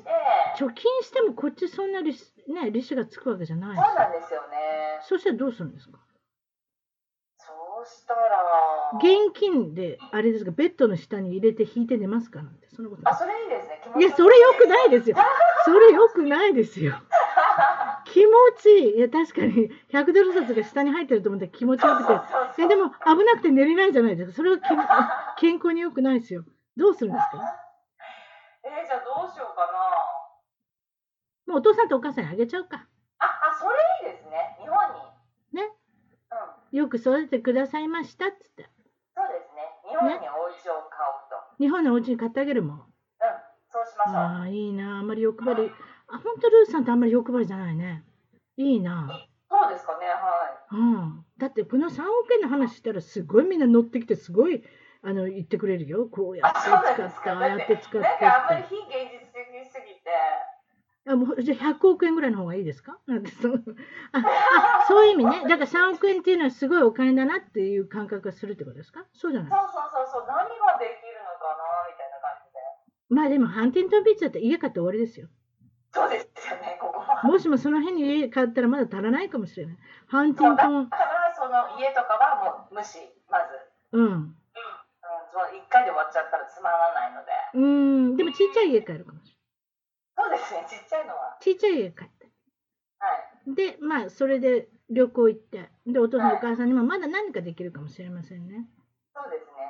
[SPEAKER 2] そう
[SPEAKER 1] 貯金してもこっちそんな利,、ね、利子がつくわけじゃないし
[SPEAKER 2] なんですよね。
[SPEAKER 1] そしたらどうするんですか
[SPEAKER 2] そうしたら、
[SPEAKER 1] 現金であれですかベッドの下に入れて引いて寝ますかなんてそんなことない
[SPEAKER 2] あそれいいですね。気
[SPEAKER 1] い
[SPEAKER 2] 持ち
[SPEAKER 1] や、それ良くないですよ。それ良くないです よ。気持ちいい。いや、確かに、100ドル札が下に入ってると思ったら気持ちよくて。
[SPEAKER 2] そうそうそう
[SPEAKER 1] えでも、危なくて寝れないじゃないですか。それは 気も健康に良くないですよ。どうするんですか
[SPEAKER 2] えーじゃあどうしようかな。
[SPEAKER 1] もうお父さんとお母さんにあげちゃうか。
[SPEAKER 2] ああそれいいですね。日本に。
[SPEAKER 1] ね
[SPEAKER 2] うん。
[SPEAKER 1] よく育ててくださいましたっつって。
[SPEAKER 2] そうですね。日本にお家を買おうと。
[SPEAKER 1] 日本のお家に買ってあげるもん。
[SPEAKER 2] うん。そうしましょう。
[SPEAKER 1] ああ、いいな。あんまり欲張り。あ、本当ルーさんってあんまり欲張りじゃないね。いいな。
[SPEAKER 2] そうですかね、は
[SPEAKER 1] う
[SPEAKER 2] い。
[SPEAKER 1] ん、だってこの3億円の話したらすごいみんな乗ってきてすごいあの言ってくれるよこうやって
[SPEAKER 2] あ
[SPEAKER 1] 使
[SPEAKER 2] そうなん
[SPEAKER 1] っ
[SPEAKER 2] です
[SPEAKER 1] て
[SPEAKER 2] か
[SPEAKER 1] ああやって使って
[SPEAKER 2] なんかあんまり
[SPEAKER 1] っ
[SPEAKER 2] 非現実的すぎて、
[SPEAKER 1] てあもうじゃあ100億円ぐらいの方がいいですかなんてそのああそういう意味ねだから3億円っていうのはすごいお金だなっていう感覚がするってことですかそうじゃ
[SPEAKER 2] そ
[SPEAKER 1] ないう
[SPEAKER 2] そうそうそう、何ができるのかなみたいな感じで。
[SPEAKER 1] まあでもハンティントンビーチだって家買って終わりですよ
[SPEAKER 2] そうですよね、ここは。
[SPEAKER 1] もしもその辺に家買ったらまだ足らないかもしれないハンティントン
[SPEAKER 2] だから、その家とかはもう無視、まず。
[SPEAKER 1] うん
[SPEAKER 2] うん、その一回で終わっちゃったらつまらないので。
[SPEAKER 1] うんでもちっちゃい家買えるかもしれ
[SPEAKER 2] そうですね、ちっちゃいのは。
[SPEAKER 1] ないちっちゃい家買って
[SPEAKER 2] はい。
[SPEAKER 1] でまあそれで旅行行ってでお父さんお母さんにもまだ何かできるかもしれませんね。
[SPEAKER 2] そうですね。